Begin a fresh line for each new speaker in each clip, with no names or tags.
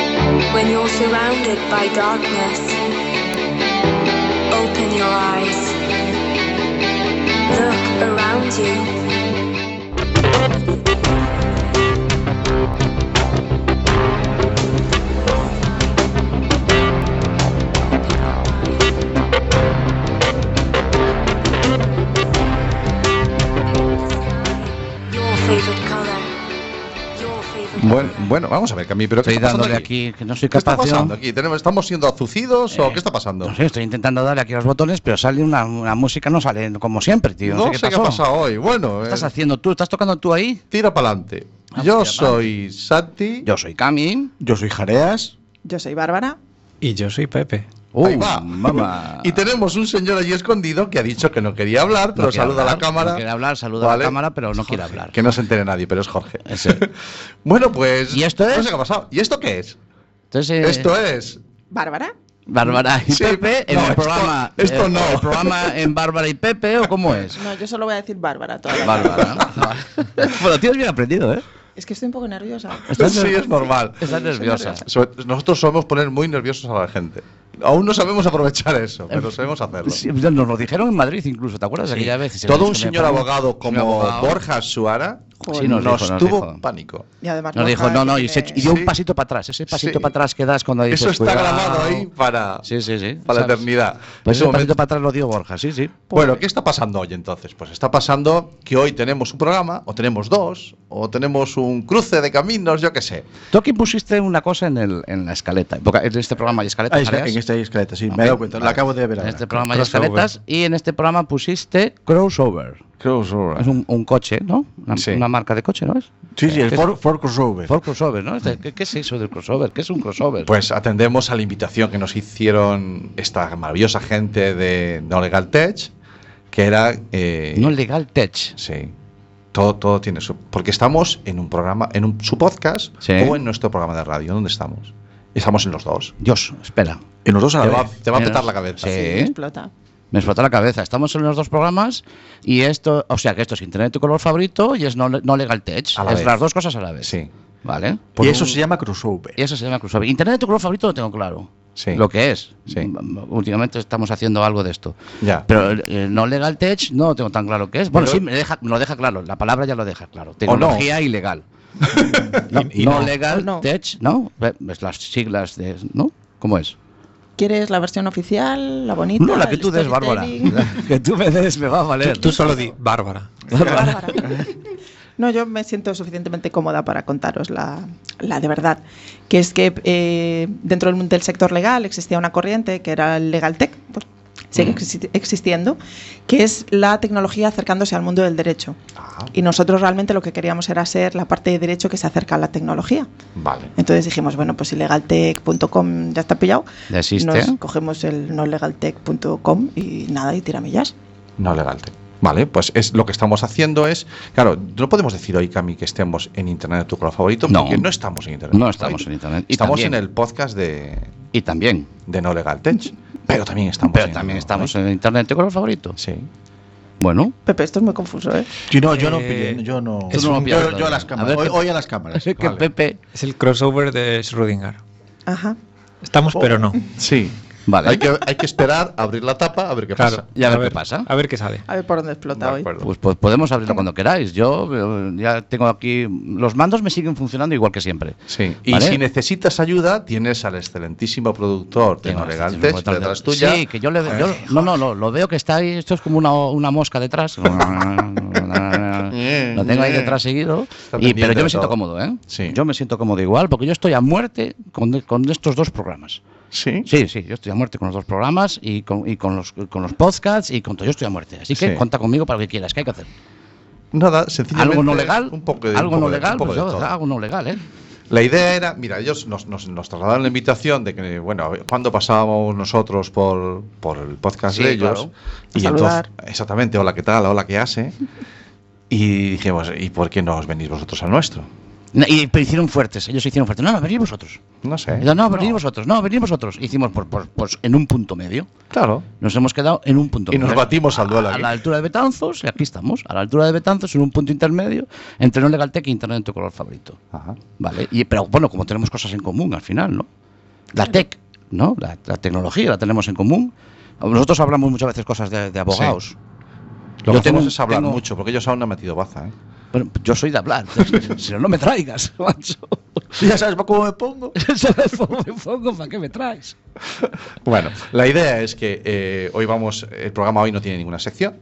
and you're surrounded by darkness. Open your eyes. Look around you. Your favorite color. Your favorite
Bueno,
color.
bueno, vamos a ver, Cami, pero ¿qué
Estoy
está pasando
dándole
aquí?
aquí, que no soy
¿Qué está
capaz.
pasando aquí? ¿Tenemos, ¿Estamos siendo azucidos o
Eh,
qué está pasando?
No sé, estoy intentando darle aquí a los botones, pero sale una, una música, no sale como siempre, tío. No,
No sé qué ha
pasó.
pasado hoy. Bueno,
¿Qué estás
eh,
haciendo tú? ¿Estás tocando tú ahí?
tira para adelante.
Vamos, tira
Yo
pa'lante.
soy Santi.
Yo soy Cami.
Yo soy Jareas.
Yo soy Bárbara.
Y yo soy Pepe.
Ahí
Uh,
va.
mamá.
Y tenemos un señor allí escondido que ha dicho que no quería hablar, pero
No quiere
saluda a
hablar,
la cámara.
No quiere hablar, saluda
Vale.
a la cámara, pero no quiere hablar.
Que no se entere nadie, pero es Jorge.
Eso.
Bueno, pues.
¿Y esto
No
es?
sé qué ha pasado. ¿Y esto qué es?
Entonces, eh,
Esto es.
¿Bárbara?
Bárbara y
Sí,
Pepe en
no,
el
esto-
programa.
esto
el-
no.
¿El programa en Bárbara y Pepe o cómo es?
No, yo solo voy a decir Bárbara toda la tarde.
Bárbara. ¿no? bueno, tienes bien aprendido, ¿eh?
Es que estoy un poco nerviosa.
sí, es normal.
Estás nerviosa.
Sobre- Nosotros solemos poner muy nerviosos a la gente. Aún no sabemos aprovechar eso, pero sabemos hacerlo.
Sí, nos lo dijeron en Madrid incluso, ¿te acuerdas?
Sí.
Aquella vez. Y se
Todo
lo
un
dije, me
señor
pongo-
abogado como
señor abogado.
Borja Suara
Joder.
Sí,
nos,
nos dijo, nos
tuvo
dijo.
pánico.
Y además
Nos dijo,
Borja
no, no, y, se,
tiene-
y dio
Sí.
un pasito para atrás. Ese pasito
Sí.
para atrás que das cuando dices.
Eso está
"Cuidado".
grabado ahí para,
Sí, sí, sí.
para la
¿Sabes?
eternidad.
Pues
Ese
ese pasito
momento-
para atrás lo dio Borja, sí, sí.
Bueno, ¿qué está pasando hoy entonces? Pues está pasando que hoy tenemos un programa, o tenemos dos, o tenemos un cruce de caminos, yo qué sé.
Tú aquí pusiste una cosa en, el, en la escaleta. Porque En este programa hay escaletas.
Ahí está,
¿sabes?
en esta escaleta, sí,
Ok,
me he dado cuenta,
vale.
la acabo de ver
En
ahora.
este programa hay
Crossover.
escaletas. Y en este programa pusiste Crossover.
Crossover.
Es un, un coche, ¿no? Una,
Sí.
una marca de coche, ¿no es?
Sí, sí, el Ford, Ford Crossover.
Ford Crossover, ¿no? Este, ¿Qué, qué es eso del crossover? ¿Qué es un crossover?
Pues atendemos a la invitación que nos hicieron esta maravillosa gente de No Legal Tech, que era... eh,
no legal tech.
Sí. Todo, todo tiene su. Porque estamos en un programa, en un, su podcast
Sí.
o en nuestro programa de radio. ¿Dónde estamos? Estamos en los dos.
Dios, espera.
En los dos a
Te
la
va,
vez.
te va a
Mira,
petar la cabeza.
sí.
Sí, me explota.
Me explotó la cabeza. Estamos en los dos programas y esto, o sea que esto es Internet tu color favorito y es no, no legal tech.
A la
es
vez.
las dos cosas a la vez.
Sí.
¿Vale?
Y eso se llama crossover.
Y eso se llama crossover. Internet tu color favorito lo tengo claro.
Sí.
Lo que es.
Sí.
M- Últimamente estamos haciendo algo de esto.
Ya.
Pero el- el no legal tech no lo tengo tan claro qué es. Bueno,
Pero-
sí, me deja, me lo deja claro. La palabra ya lo deja claro.
no.
Tecnología ilegal. no,
Y- y
no
no.
legal
O no.
tech, ¿no? Es las siglas de. ¿No? ¿Cómo es?
¿Quieres la versión oficial, la bonita?
No, la que
el
tú des, Bárbara.
storytelling?
que tú me des me va a valer.
Tú solo di Bárbara.
Bárbara. No, yo me siento suficientemente cómoda para contaros la, la de verdad, que es que eh, dentro del, del sector legal existía una corriente que era el legal tech, pues,
Mm.
sigue exi- existiendo, que es la tecnología acercándose al mundo del derecho.
Ah,
Y nosotros realmente lo que queríamos era ser la parte de derecho que se acerca a la tecnología.
vale.
Entonces dijimos, bueno, pues ilegaltech.com ya está pillado.
Ya existe.
Nos cogemos el nolegaltech.com y nada, y tiramillas.
No legal. Vale, pues es lo que estamos haciendo es. Claro, no podemos decir hoy, Cami, que estemos en Internet tu color favorito,
No.
porque no estamos en Internet.
No
tu
estamos
favorito.
en internet. Y
Estamos
también-
en el podcast de,
Y también.
de No Legal Tech. Pero también estamos
Pero
en-
también estamos en internet. ¿Te color favorito?
Sí.
Bueno.
Pepe, esto es muy confuso, ¿eh?
Sí, no, yo no
Eh,
pillé, yo no.
tú no lo
Yo-
pillas
yo,
todavía.
a las
A
cámaras.
ver
Hoy,
qué-
hoy a las cámaras.
Es que
Vale.
Pepe.
Es el crossover de Schrödinger.
Ajá.
Estamos, pero no.
Sí.
Vale.
Hay, que, hay que esperar, abrir la tapa, a ver qué
Claro.
pasa.
Y a ver
ver
qué pasa.
A ver qué sale.
A ver por dónde explota
De
hoy.
acuerdo.
Pues, pues podemos abrirlo cuando queráis. Yo eh, ya tengo aquí. Los mandos me siguen funcionando igual que siempre.
Sí. Y
¿Vale?
si necesitas ayuda, tienes al excelentísimo productor de
Tengo
No
este
Legaltes
tipo de-
detrás tuya.
Sí, que yo le yo- No, no, no, lo veo que está ahí. Esto es como una, una mosca detrás. lo tengo ahí detrás seguido. Y,
pendiente
pero yo
de
me siento
todo.
cómodo, ¿eh?
Sí.
Yo me siento cómodo igual, porque yo estoy a muerte con, con estos dos programas.
Sí.
Sí, sí, yo estoy a muerte con los dos programas y con, y con los, con los podcasts y con todo. Yo estoy a muerte. Así que
Sí.
cuenta conmigo para lo que quieras. ¿Qué hay que hacer?
Nada, sencillamente.
¿Algo no legal?
Un poco de-
¿Algo
un poco
no
de-
legal?
un poco de
Pues yo,
todo.
algo no legal, ¿eh?
La idea era, mira, ellos nos, nos, nos trasladaron la invitación de que, bueno, a ver, ¿cuándo pasábamos nosotros por, por el podcast
Sí,
de ellos?
claro.
A
entonces-
saludar.
exactamente, hola, ¿qué tal? Hola, ¿qué hace? Y dijimos, ¿y por qué no os venís vosotros al nuestro?
No, Y pero hicieron fuertes, ellos hicieron fuertes. No, no, venid vosotros.
¿Eh? No sé.
Y yo, No, venid vosotros, no, venid vosotros. Hicimos por, por- por- en un punto medio.
Claro.
Nos hemos quedado en un punto
Y
medio.
nos batimos al duelo
A, a
aquí.
la altura de Betanzos, y aquí estamos, a la altura de Betanzos, en un punto intermedio, entre e no legal tech y internet de tu color favorito.
Ajá.
Vale, y, pero bueno, como tenemos cosas en común al final, ¿no? La tech, ¿no? La, la tecnología la tenemos en común. Nosotros hablamos muchas veces cosas de, de abogados.
Lo
Yo
que tenemos
tengo-
es hablar
tengo-
mucho, porque ellos aún no han metido baza. ¿eh?
Bueno, yo soy de hablar, entonces, si no, no me traigas, macho.
Ya sabes cómo me pongo.
¿Sabes cómo me pongo? ¿Para qué me traes?
Bueno, la idea es que eh, hoy vamos, el programa hoy no tiene ninguna sección,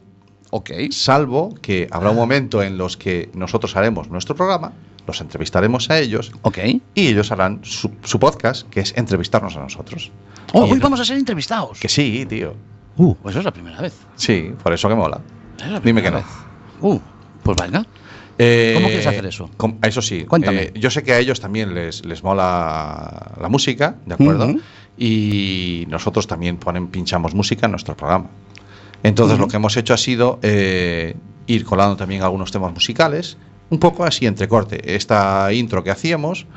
Ok.
salvo que habrá
Ah.
un momento en los que nosotros haremos nuestro programa, los entrevistaremos a ellos
Ok.
y ellos harán su, su podcast, que es entrevistarnos a nosotros.
Oh,
Y-
hoy vamos a ser entrevistados.
Que sí, tío.
Uh, pues eso es la primera vez.
Sí, por eso que mola.
Es la
Dime
primera
que no.
vez. Uh, pues venga.
Eh,
¿Cómo quieres hacer eso?
com- eso sí,
Cuéntame.
eh, yo sé que a ellos también les, les mola la música, ¿de acuerdo?
Ujú.
Y nosotros también ponen, pinchamos música en nuestro programa. Entonces lo que hemos hecho ha sido eh, ir colando también algunos temas musicales, un poco así entre corte. Esta intro que hacíamos,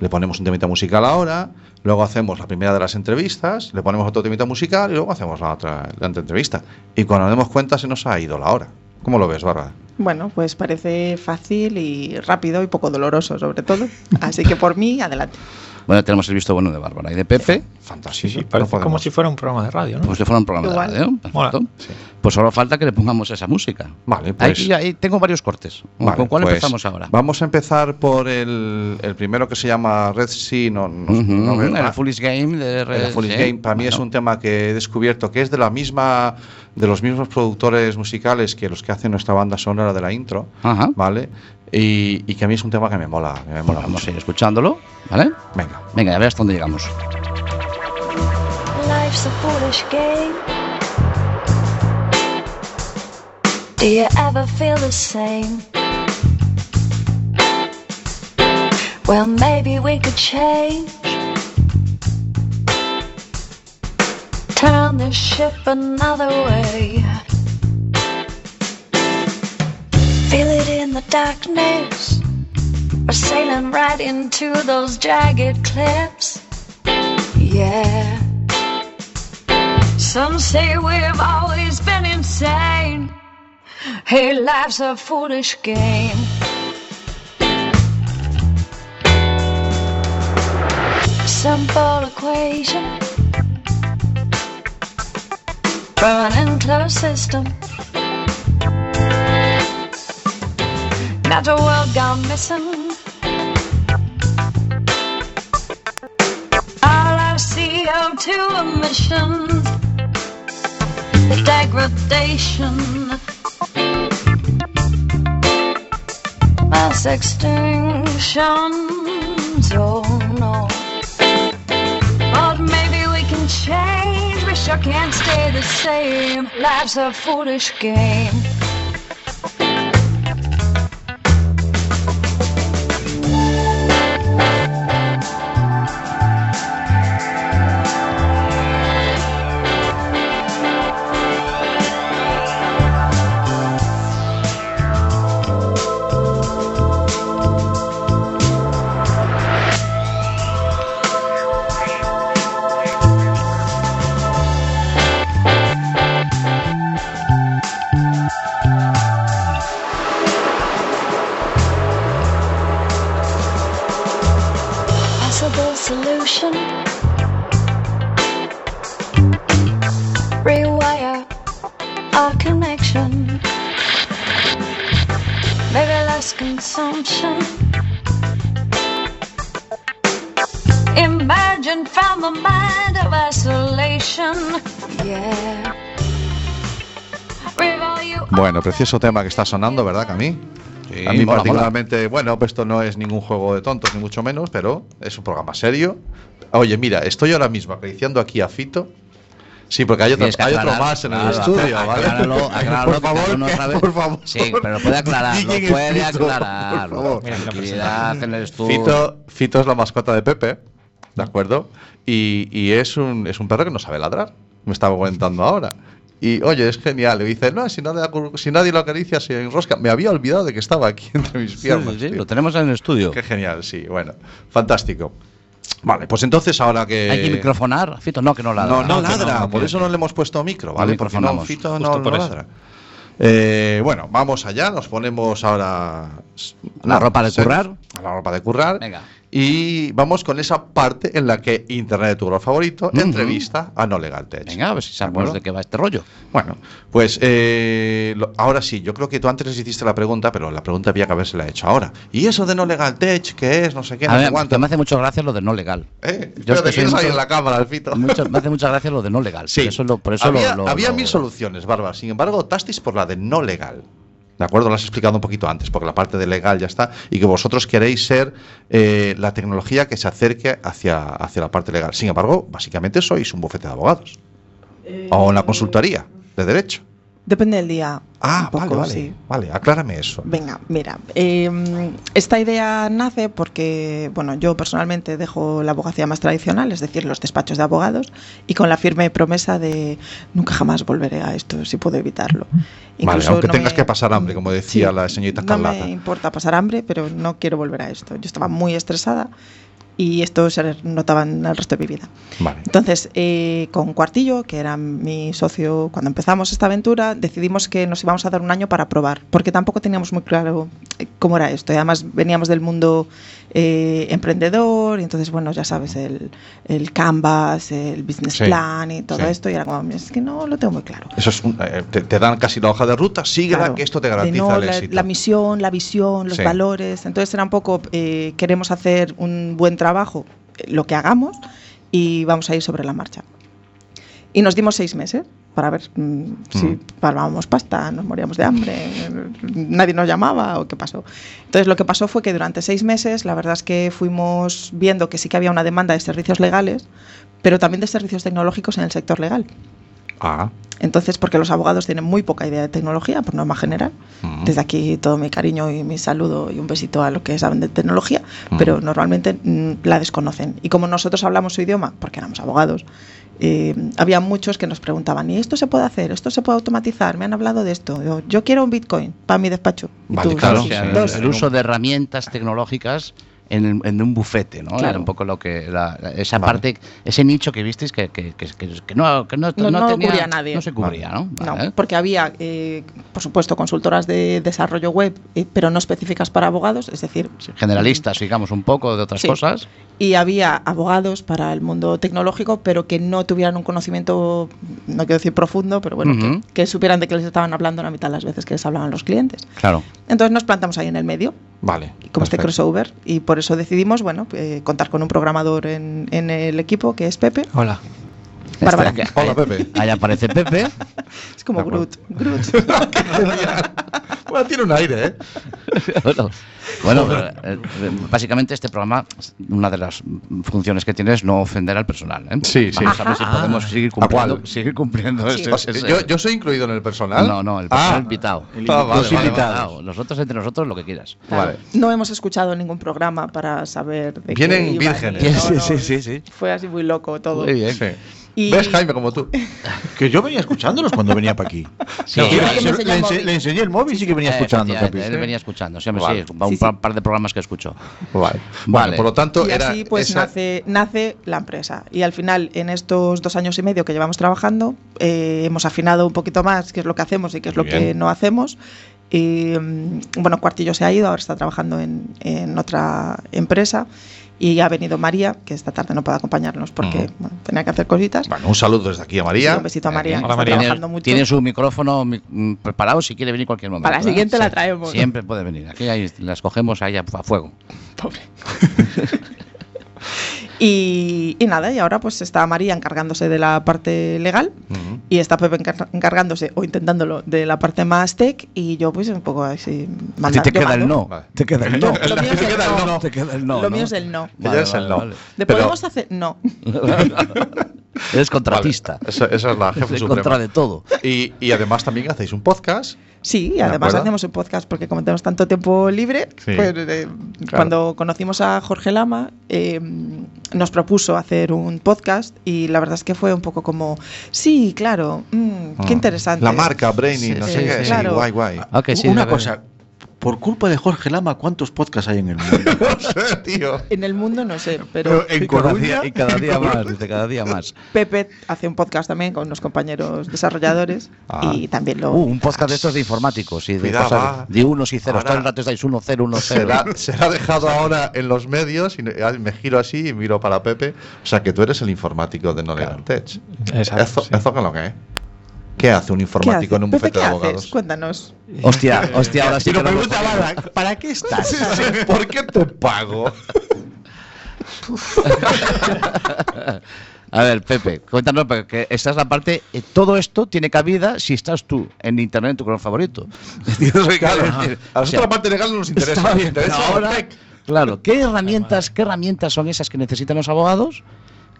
le ponemos un temita musical ahora, luego hacemos la primera de las entrevistas, le ponemos otro temita musical y luego hacemos la otra, la otra entrevista. Y cuando nos demos cuenta se nos ha ido la hora. ¿Cómo lo ves, Bárbara?
Bueno, pues parece fácil y rápido y poco doloroso, sobre todo. Así que por mí, adelante.
Bueno, tenemos el visto bueno de Bárbara y de Pepe.
Fantástico.
Sí, sí,
no
parece como
podemos.
si fuera un programa de radio, ¿no?
Pues que fuera un programa
Igual.
de radio.
Mola.
perfecto.
Sí.
Pues solo falta que le pongamos esa música.
Vale, pues-
Ahí, ahí tengo varios cortes.
Vale,
¿Con cuál
pues
empezamos ahora?
Vamos a empezar por el, el primero que se llama Red Sea. No, no,
Ujú,
no veo
en
nada.
el Foolish Game de
Ah. El
RG.
Foolish Game. Para mí es
Bueno,
un tema que he descubierto que es de la misma, de los mismos productores musicales que los que hacen nuestra banda sonora de la intro,
Ajá. Pues
¿vale? Y, y que a mí es un tema que me mola, que me mola
Vamos
mucho.
a ir escuchándolo, ¿vale?
Venga.
Venga, ya ver hasta dónde llegamos.
Life's a foolish game. Do you ever feel the same? Well, maybe we could change. Turn this ship another way. Feel it in the darkness. We're sailing right into those jagged cliffs. Yeah. Some say we've always been insane. Hey, life's a foolish game. Simple equation. Running closed system. Natural world gone missing. All our CO2 emissions, the degradation, mass extinction. Oh no. But maybe we can change. We sure can't stay the same. Life's a foolish game. possible solution. Rewire our connection. Maybe less consumption. Emerging from the mind of isolation. Yeah. Revalue
Bueno, precioso tema que está sonando, ¿verdad, Camí?
Sí,
a mí
mola,
particularmente, bueno, pues esto no es ningún juego de tontos, ni mucho menos, pero es un programa serio. Oye, mira, estoy ahora mismo acariciando aquí a Fito. Sí, porque hay otro,
Tienes que
hay otro
aclarar-
más en el
aclarar-
estudio, ¿vale?
acláralo, acláralo,
por
que cada
favor,
uno
que-
sabe-
por favor.
Sí, pero puede aclararlo,
Di quién es
puede
Fito, por
aclararlo.
favor.
Mira, mira,
Tranquilidad en el estudio.
Fito, Fito es la mascota de Pepe, ¿de acuerdo? Y, y es, un, es un perro que no sabe ladrar, me estaba comentando ahora. Y oye, es genial. Le dice, no, si nadie, si nadie lo acaricia, se enrosca. Me había olvidado de que estaba aquí entre mis
Sí, sí,
piernas.
sí,
tío.
lo tenemos en el estudio.
Qué genial, sí, bueno, fantástico. Vale, pues entonces ahora que.
Hay que microfonar. Fito, no, que no ladra.
eh, No, no
que
ladra,
no,
por
que-
eso no le hemos puesto micro, ¿vale?
No
Porque no,
microfonamos,
Fito
justo
no,
por
no
eso.
ladra. Eh, bueno, vamos allá, nos ponemos ahora.
La ropa de
serios.
currar.
A la ropa de currar.
Venga.
Y vamos con esa parte en la que Internet de tu color favorito
Ujú.
entrevista a No Legal Tech.
Venga, a ver si
acuerdo?
sabemos de qué va este rollo.
Bueno, pues eh, lo- ahora sí, yo creo que tú antes les hiciste la pregunta, pero la pregunta había que habérsela hecho ahora. ¿Y eso de No Legal Tech qué es? No sé qué, no
A
sé
ver,
cuánto.
me hace mucho gracia lo de no legal.
Eh,
Yo es
espérate,
que soy
que sale
mucho-
en la cámara, Alfito.
Mucho- me hace mucha gracia lo de no legal.
Sí.
Por eso, lo- por eso lo-
había
lo-
había
lo-
mil soluciones, Bárbara. Sin embargo, optasteis por la de no legal. ¿De acuerdo? Lo has explicado un poquito antes, porque la parte de legal ya está. Y que vosotros queréis ser eh, la tecnología que se acerque hacia, hacia la parte legal. Sin embargo, básicamente sois un bufete de abogados.
Eh,
o una consultoría de derecho.
Depende del día.
Ah,
un
vale,
poco,
vale.
sí.
Vale, aclárame eso.
Venga, mira, eh, esta idea nace porque, bueno, yo personalmente dejo la abogacía más tradicional, es decir, los despachos de abogados, y con la firme promesa de nunca jamás volveré a esto si puedo evitarlo. Incluso
aunque
no
tengas
me-
que pasar hambre, como decía la señorita
No
Escarlata.
me importa pasar hambre, pero no quiero volver a esto. Yo estaba muy estresada y esto se notaba en el resto de mi vida.
Vale.
Entonces, eh, con Cuartillo, que era mi socio cuando empezamos esta aventura, decidimos que nos íbamos a dar un año para probar, porque tampoco teníamos muy claro eh, cómo era esto. Y además veníamos del mundo eh, emprendedor, y entonces, bueno, ya sabes, el, el canvas, el business
Sí,
plan y todo
sí.
esto, y era como, es que no lo tengo muy claro.
Eso es un- eh, te, te dan casi la hoja de ruta, síguela
Claro,
que esto te
de
garantiza
no,
el
la,
éxito.
la misión, la visión, los
Sí.
valores. Entonces era un poco, eh, queremos hacer un buen trabajo, eh, lo que hagamos, y vamos a ir sobre la marcha. Y nos dimos seis meses para ver mm, si
Ujú.
palmábamos pasta, nos moríamos de hambre, nadie nos llamaba o qué pasó. Entonces lo que pasó fue que durante seis meses la verdad es que fuimos viendo que sí que había una demanda de servicios legales, pero también de servicios tecnológicos en el sector legal.
Ah,
Entonces, porque los abogados tienen muy poca idea de tecnología, por norma general.
Ujú.
Desde aquí todo mi cariño y mi saludo y un besito a los que saben de tecnología,
Ujú.
pero normalmente mm, la desconocen. Y como nosotros hablamos su idioma, porque éramos abogados, eh, había muchos que nos preguntaban, ¿y esto se puede hacer? ¿Esto se puede automatizar? Me han hablado de esto. Yo, yo quiero un Bitcoin para mi despacho. Y
Vale,
tú,
claro,
O
"Sí,
sea,
sí,
el-
dos".
el, uso de herramientas tecnológicas en, el- en un bufete, ¿no?
Claro.
Era un poco lo que la- la- esa
Vale.
parte, ese nicho que visteis que, que, que, que- que no, que no,
No- no
tenía-
cubría a nadie.
No se cubría, ¿no?
No,
Vale.
porque había, eh, por supuesto, consultoras de desarrollo web, eh, pero no específicas para abogados, es decir,
Generalistas, digamos, un poco de otras
Sí.
cosas.
y había abogados para el mundo tecnológico, pero que no tuvieran un conocimiento, no quiero decir profundo, pero bueno,
Ujú.
que, que supieran de qué les estaban hablando la mitad de las veces que les hablaban los clientes.
Claro.
Entonces nos plantamos ahí en el medio,
vale.
como este
perfecto.
crossover, y por eso decidimos, bueno, eh, contar con un programador en, en el equipo, que es Pepe.
Hola.
Bárbara.
Espera, Este, que-
Hola, Pepe.
Ahí aparece Pepe.
Es como
Este. De acuerdo.
Groot. Groot.
bueno, tiene un aire, ¿eh?
bueno, bueno, pero, eh, básicamente este programa, una de las funciones que tiene es no ofender al personal. ¿eh?
Sí, sí.
Vamos a ver si podemos
Ah.
seguir
¿A
cumpliendo,
cuál?
seguir cumpliendo ese-
Pues,
ese-
yo, yo soy incluido en el personal.
No, no, el personal invitado.
Ah, vale,
Los
vale,
invitados.
Ah, Nosotros entre nosotros lo que quieras.
Claro,
Vale.
No hemos escuchado ningún programa para saber de qué
Vienen
iba ni-
vírgenes.
no,
Sí,
no,
sí, sí, sí.
Fue así muy loco todo.
Muy bien.
Sí.
Y-
¿Ves, Jaime, como tú?
Que yo venía escuchándolos cuando venía para aquí.
Sí,
Le-
Yo creo que me enseñó
le,
el
ense-
móvil.
le enseñé el móvil y sí que venía escuchando.
Eh, Efectivamente,
Capi.
Él venía escuchando, sí, hombre,
Vale.
sí, un
Sí, sí.
par, par de programas que escucho.
Vale.
Vale.
Bueno, por lo tanto,
y
era.
así pues
esa-
nace, nace la empresa. Y al final, en estos dos años y medio que llevamos trabajando, eh, hemos afinado un poquito más qué es lo que hacemos y qué es
Muy
lo que
bien.
no hacemos. Y mm, bueno, Cuartillo se ha ido, ahora está trabajando en, en otra empresa. Y ha venido María, que esta tarde no puede acompañarnos porque
Ujú.
bueno, tenía que hacer cositas.
Bueno, un saludo desde aquí a
Sí,
Mm. María.
un besito a
Eh,
María, que
hola,
está
María.
trabajando
Tiene,
mucho.
tiene su micrófono mi- mm, preparado si quiere venir cualquier momento.
Para la
¿eh?
siguiente
Sí.
la traemos.
Siempre puede venir. Aquí hay- las cogemos ahí a, a fuego.
Pobre. y, y nada, y ahora pues está María encargándose de la parte legal
Ujú.
y está Pepe encar- encargándose o intentándolo de la parte más tech y yo pues un poco
A
así
ti
mandando-
te queda el
llevando.
no.
Vale.
Te queda el
No, lo mío es el no.
Te queda el no.
Lo
¿no?
mío es el no.
Ella es el no.
¿De
Pero-
podemos hacer? No.
Eres contratista.
Vale, Esa, esa es la
Eres
jefa
en
suprema.
contra de todo.
Y, y además también hacéis un podcast.
Sí, y
¿De
además
acuerdo?
hacemos un podcast porque como tenemos tanto tiempo libre,
Sí.
pues, eh, cuando conocimos a Jorge Lama eh, nos propuso hacer un podcast y la verdad es que fue un poco como, sí,
Ah,
claro, mm, qué interesante.
La marca, Brainy,
Sí,
no
sí,
sé qué.
sí.
sí,
Claro.
guay, guay.
Ah, que sí,
Una
la verdad.
cosa, Por culpa de Jorge Lama, ¿cuántos podcasts hay en el mundo?
No sé, tío.
En el mundo no sé, pero
en
Cada
Coruña.
día, y cada día más, dice, cada día más.
Pepe hace un podcast también con unos compañeros desarrolladores
Ah.
y también lo...
Uh, un podcast de estos de informáticos y de
Cuidado, va.
cosas de unos y ceros.
Ahora-
Todo el rato estáis uno, cero, uno, cero.
Será, será dejado ahora en los medios y me giro así y miro para Pepe. O sea que tú eres el informático de No Legal Tech.
Exacto.
Eso,
sí.
eso que lo que es. ¿Qué hace un
¿Qué
informático en
haces?
un
Pepe,
bufete
¿qué
de
haces?
abogados?
Cuéntanos.
Hostia, hostia, ahora sí.
Y
que
lo
no me
pregunta
acuerdo.
Bada, ¿para qué estás?
¿Por qué te pago?
A ver, Pepe, cuéntanos, porque esta es la parte. eh, todo esto tiene cabida si estás tú en internet en tu color favorito. Entiendo lo que quiero decir.
A
O
nosotros
sea,
la parte legal no nos interesa.
está
nos
bien,
interesa
pero ahora, claro, ¿qué herramientas, ¿qué herramientas son esas que necesitan los abogados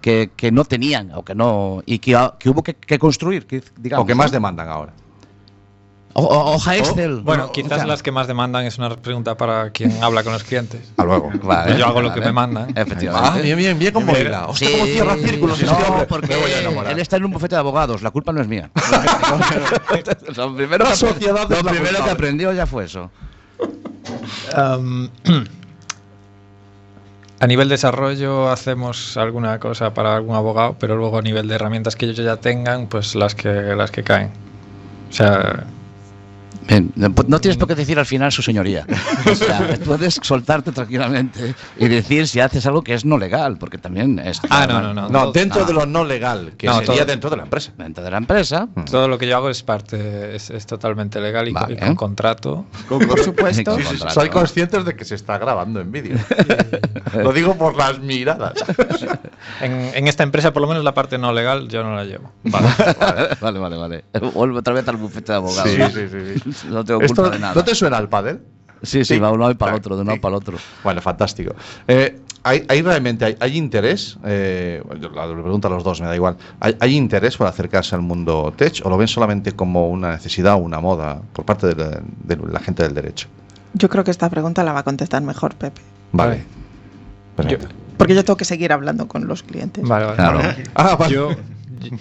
que, que no tenían o que no. y que, ah, que hubo que, que construir? Que, digamos,
O que más
¿no?
demandan ahora.
O- o- hoja Excel.
Bueno,
O-
quizás
o-
las que más demandan es una pregunta para quien habla con los clientes.
A luego.
Vale,
Yo hago lo que
vale. Eh.
me mandan.
Efectivamente.
Ah, bien, bien, bien como
Mira,
hila.
Sí,
Hostia, cómo cierra círculos. ese
No,
hombre.
porque
Me voy a enamorar.
él está en un bufete de abogados, la culpa no es mía. lo primero,
La
que-
sociedad es la
lo primero que
culpable.
aprendió ya fue eso.
Am, a nivel desarrollo hacemos alguna cosa para algún abogado, pero luego a nivel de herramientas que ellos ya tengan, pues las que las que caen. O sea,
Bien, no pues no tienes por qué decir al final su señoría. O sea, puedes soltarte tranquilamente y decir si haces algo que es no legal, porque también es.
ah, no, no, no.
No,
todo,
dentro
no.
de lo no legal, que
No,
sería
todo.
dentro de la empresa.
Dentro de la empresa.
todo lo que yo hago es parte, es, es totalmente legal y,
Vale.
con, y con contrato.
Por supuesto.
Sí,
Sí,
sí,
Contrato.
Soy conscientes de que se está grabando en vídeo. Lo digo por las miradas.
En, en esta empresa, por lo menos la parte no legal, yo no la llevo.
Vale, vale, vale. Vuelvo otra vez al bufete de abogados.
Sí, sí, sí, sí.
No tengo culpa
Esto-
de nada.
¿No te suena el pádel?
Sí, sí,
Tic,
va de un lado y para el
tac,
otro, de un lado
tic.
para el otro.
Bueno, fantástico. Eh, ¿hay, hay realmente hay, hay interés? Eh, yo la pregunta a los dos, me da igual. ¿Hay, hay interés por acercarse al mundo tech o lo ven solamente como una necesidad o una moda por parte de la, de la gente del derecho?
Yo creo que esta pregunta la va a contestar mejor Pepe.
Vale.
Yo-
Perfecto.
Porque yo tengo que seguir hablando con los clientes.
Vale, vale.
Claro.
Ah, vale.
Yo,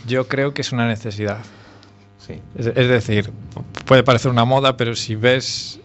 yo creo que es una necesidad.
Sí.
Es, es decir, puede parecer una moda, pero si ves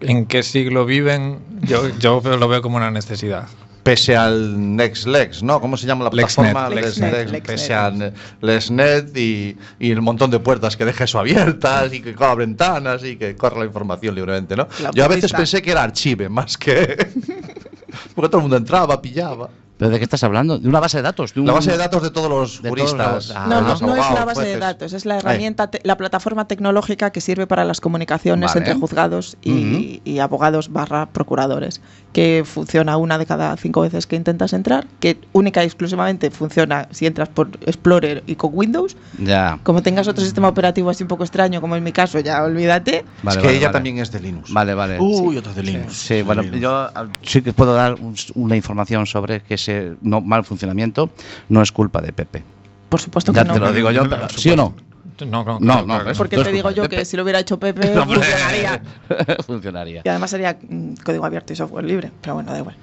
en qué siglo viven, yo, yo lo veo como una necesidad.
Pese al NextLex, ¿no? ¿Cómo se llama la
LexNet.
plataforma?
LexNet, LexNet.
Pese a Ne- LexNet y, y el montón de puertas que deja eso abiertas y que abren ventanas y que corre la información libremente, ¿no?
La
Yo a veces
purista.
pensé que era archive más que... Porque todo el mundo entraba, pillaba.
¿Pero de qué estás hablando? ¿De una base de datos? ¿De
La
un-
base de datos de todos los
de todos
juristas.
los-
ah,
Ah,
No, no,
los
no es la
abogados,
base de
jueces. Eh.
datos, es la herramienta, te- la plataforma tecnológica que sirve para las comunicaciones
Vale.
entre juzgados y, y abogados barra procuradores, que funciona una de cada cinco veces que intentas entrar, que única y exclusivamente funciona si entras por Explorer y con Windows.
Ya.
Como tengas otro sistema operativo así un poco extraño, como en mi caso, ya olvídate.
es
Vale,
que
vale,
ella
vale.
también es de Linux.
Vale, vale.
Uy, otras de Linux.
Sí, bueno, yo ah, sí que puedo dar un- una información sobre que ese no, mal funcionamiento no es culpa de Pepe.
Por supuesto que
Ya
no.
te lo digo yo, pero ¿sí o no?
No, no,
No,
claro,
no,
claro.
eso.
Porque
No
te
es
digo
culpa
yo
de
que
Pepe.
si lo hubiera hecho Pepe, funcionaría.
Funcionaría.
Y además sería mm, código abierto y software libre, pero bueno, da igual.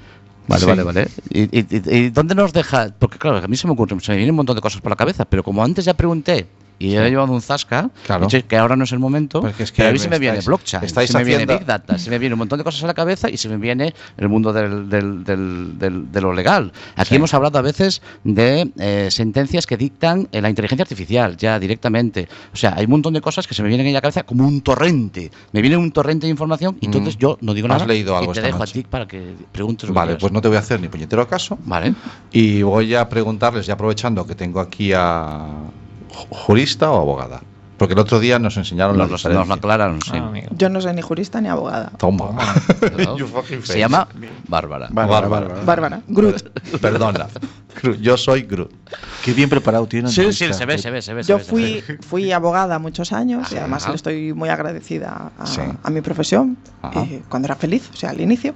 Vale,
Sí.
vale, vale. ¿Y, y, y- y dónde nos deja? Porque claro, a mí se me ocurre, se me vienen un montón de cosas por la cabeza, pero como antes ya pregunté y he llevado un zasca,
Claro.
he dicho que ahora no es el momento,
Porque es que
pero a mí se me
estáis-
viene blockchain,
estáis
se me viene
haciendo-
big data, se me viene un montón de cosas a la cabeza y se me viene el mundo del, del- del- del- de lo legal. Aquí hemos hablado a veces de eh, sentencias que dictan eh, la inteligencia artificial ya directamente. O sea, hay un montón de cosas que se me vienen en la cabeza como un torrente. Me viene un torrente de información y entonces
Mm.
yo no digo
Has
nada
leído algo
y te
esta
dejo
noche.
a ti para que preguntes. lo que
Vale,
quieras.
pues no te voy a hacer ni puñetero caso.
Vale.
Y voy a preguntarles, ya aprovechando que tengo aquí a ju- jurista o abogada. Porque el otro día nos enseñaron la
Nos, los- nos lo
diferencia.
aclararon, sí.
Ah, amigo.
Yo no soy ni jurista ni abogada.
Toma.
Pero
You fucking
Se
face.
llama Bárbara.
Bárbara. Ah,
Bárbara, Groot.
Perdona. Gru- Yo soy Groot.
Qué bien preparado tiene.
Sí, sí, se ve, se ve, se ve. se
Yo
ve, se
fui,
ve.
fui abogada muchos años y
Ajá.
además le estoy muy agradecida a,
Sí.
a mi profesión
Ajá.
eh, cuando era feliz, o sea, al inicio.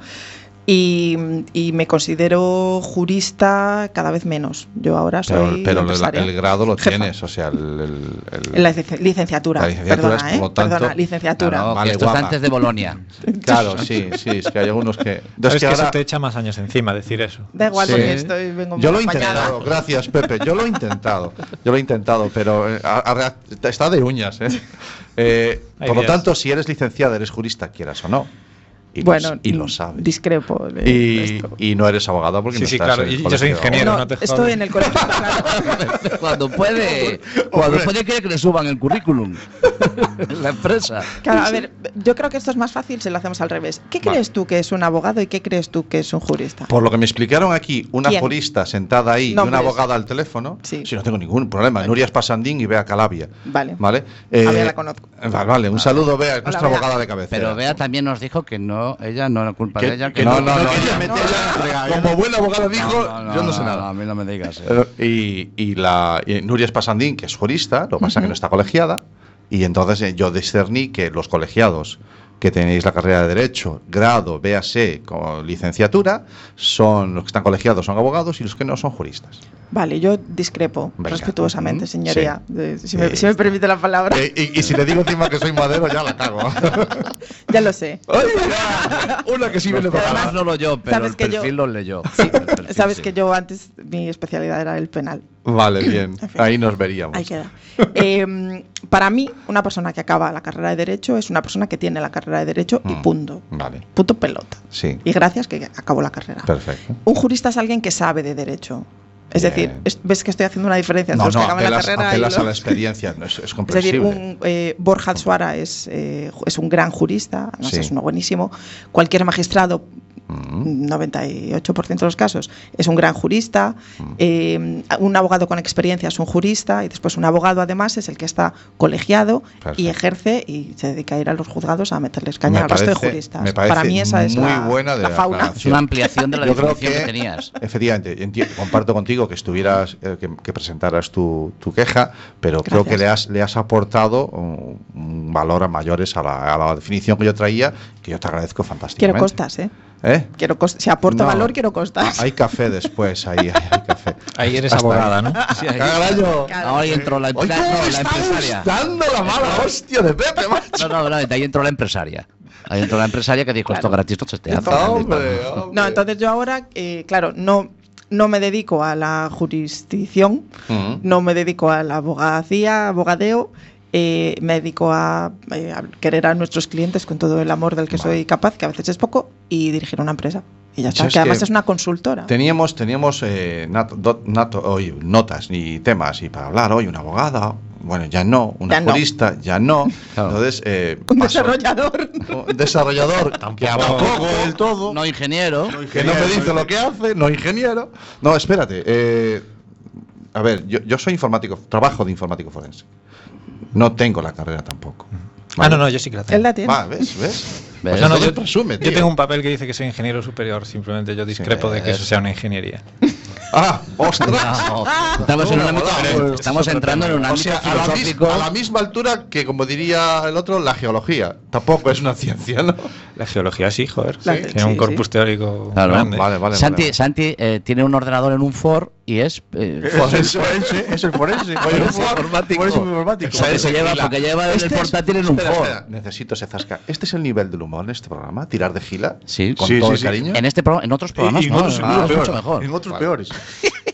Y, y me considero jurista cada vez menos. Yo ahora
Pero,
soy.
pero el,
empresaria.
el grado lo
Jefa.
tienes, o sea, el, el- el-
La lic- licenciatura.
La licenciatura
perdona,
es, por
¿eh?
lo tanto-
perdona, licenciatura.
No, no,
que
vale,
esto
guapa.
está antes de Bolonia.
Claro, sí, sí, es que hay algunos que.
Es
Es
que,
que
eso
ahora-
te echa más años encima decir eso.
Da igual
Sí.
porque estoy, vengo
Yo lo he
empañada.
intentado, gracias Pepe, yo lo he intentado, yo lo he intentado, pero eh, a- a- está de uñas, ¿eh? Eh,
Hay
por lo
días.
tanto, si eres licenciada, eres jurista, quieras o no, y,
Bueno,
lo, y lo sabes.
Discrepo. de
Y,
esto.
y no eres abogada porque
Sí,
no
sí,
estás
claro,
en el
y yo soy
colegio.
ingeniero.
no,
no te
estoy
jodes.
en el colegio. claro.
Cuando puede, cuando puede quiere que le suban el currículum. la empresa.
Claro, a ver, yo creo que esto es más fácil si lo hacemos al revés. ¿Qué
Vale.
crees tú que es un abogado y qué crees tú que es un jurista?
Por lo que me explicaron aquí, una
¿Quién?
jurista sentada ahí y una
Nombres.
abogada al teléfono,
Sí.
si no tengo ningún problema, Nuria Spasandín y Bea Calabia.
Vale.
¿Vale?
Bea
Eh,
Ah, la conozco.
Vale, vale, un saludo, Bea, es nuestra
Bea.
abogada de cabeza.
Pero Bea también nos dijo que no, ella no era culpa de ella.
no, no, no,
ella-
no, Como buena abogada dijo,
No, no,
yo no sé
no,
nada.
no, a mí no me digas. eh.
Eh, Y, y la y Nuria Spasandín, que es jurista, lo que pasa es que no está colegiada, y entonces eh, yo discerní que los colegiados que tenéis la carrera de Derecho, grado, BAC, con licenciatura, son los que están colegiados son abogados y los que no son juristas.
Vale, yo discrepo
Venga.
respetuosamente,
Mm,
señoría. Eh, Si, me,
Sí,
si me
está.
permite la palabra.
Eh, y, y si le digo encima que soy madero, ya la cago.
Ya lo sé.
eh, Una que sí
Los
viene
programas no lo yo, pero
Sabes
el
que yo-
perfil los leyó. El perfil,
Sabes
sí.
que yo antes mi especialidad era el penal.
Vale, bien. Ahí nos veríamos.
Ahí queda. Eh, para mí, una persona que acaba la carrera de Derecho es una persona que tiene la carrera de Derecho y
Mm.
punto.
Vale,
Punto pelota.
sí.
Y gracias que acabó la carrera.
Perfecto.
Un jurista es alguien que sabe de Derecho. Es
Bien.
decir, es- ves que estoy haciendo una diferencia entre
No,
los
no,
que acaban la
apelas,
carrera y
apelas a
los-
la experiencia, no, es, es
Es decir,
comprensible.
un, eh, Borja Suara es, eh, ju- es un gran jurista, además
Sí.
es uno buenísimo. Cualquier magistrado,
Mm.
98% de los casos, es un gran jurista.
Mm.
Eh, un abogado con experiencia es un jurista. Y después un abogado, además, es el que está colegiado y
Perfecto.
ejerce y se dedica a ir a los juzgados a meterles caña al resto de juristas.
me
Para
parece
mí esa es
muy
la,
buena de
la fauna.
Es una ampliación de la
Yo creo
definición que...
que-
tenías.
Efectivamente, enti- comparto contigo que estuvieras, eh, que, que presentaras tu, tu queja, pero creo
Gracias.
que le has, le has aportado un, un valor a mayores a la, a la definición que yo traía, que yo te agradezco fantásticamente.
Quiero costas, ¿eh?
¿Eh?
Quiero cos- si aporto
No.
valor, quiero costas.
Ah, hay café después, ahí hay, hay café.
Ahí eres
Hasta
abogada, ¿no? Ah,
¡Cagarayo!
Ahora entró la,
Oye,
la-
¿cómo
no,
me
la
está
empresaria.
gustando la mala hostia de Pepe, macho?
No, no, no, ahí entró la empresaria. Ahí entró la empresaria que dijo esto gratis no se te hace.
Hombre, hombre.
No, entonces yo ahora, eh, claro, no, no me dedico a la jurisdicción,
Mm.
no me dedico a la abogacía, abogadeo, eh, me dedico a, eh, a querer a nuestros clientes con todo el amor del que
Vale.
soy capaz, que a veces es poco, y dirigir una empresa. Y
Yo
ya está,
es
que además
que
es una consultora.
Teníamos, teníamos eh, nat- do- nato- hoy, notas y temas y para hablar hoy una abogada, bueno, ya no, una
Ya no.
jurista, ya no.
Claro.
Entonces, eh,
Un
paso-
desarrollador.
un desarrollador, que a poco,
del todo.
No ingeniero.
que no me dice lo que hace, no ingeniero. No, espérate. eh, a ver, yo, yo soy informático, trabajo de informático forense. No tengo la carrera tampoco.
Ah, no, no, yo sí que la tengo.
Él la tiene.
Va, ¿ves? ¿Ves?
¿Ves?
O sea, no,
Entonces
yo-
presume,
Yo
tío.
tengo un papel que dice que soy ingeniero superior, simplemente yo discrepo de que eso sea una ingeniería.
Ah, ostras.
No, estamos en un ámbito- estamos entrando en un
O
ámbito
sea, a la, mis-
filosófico.
a la misma altura que, como diría el otro, la geología. Tampoco es una ciencia, ¿no?
La geología sí, joder.
La-
Tiene un
sí,
corpus teórico
Claro.
grande.
Vale, vale.
Santi,
vale.
Santi eh, tiene un ordenador en un Ford y es eh,
Forense.
Es el forense. Oye,
Forense
por-
informático.
forense informático.
Porque se lleva, porque lleva el portátil en un
Este Espera,
Ford.
espera, Necesito ese zasca. ¿Este es el nivel del humor en este programa, tirar de gila.
Sí.
con
Sí,
todo
sí,
el
sí.
cariño.
En este pro- en otros programas
Y- y en
no, ah,
otros-
es
en otros
mucho
peor.
mejor.
En otros
Vale.
peores.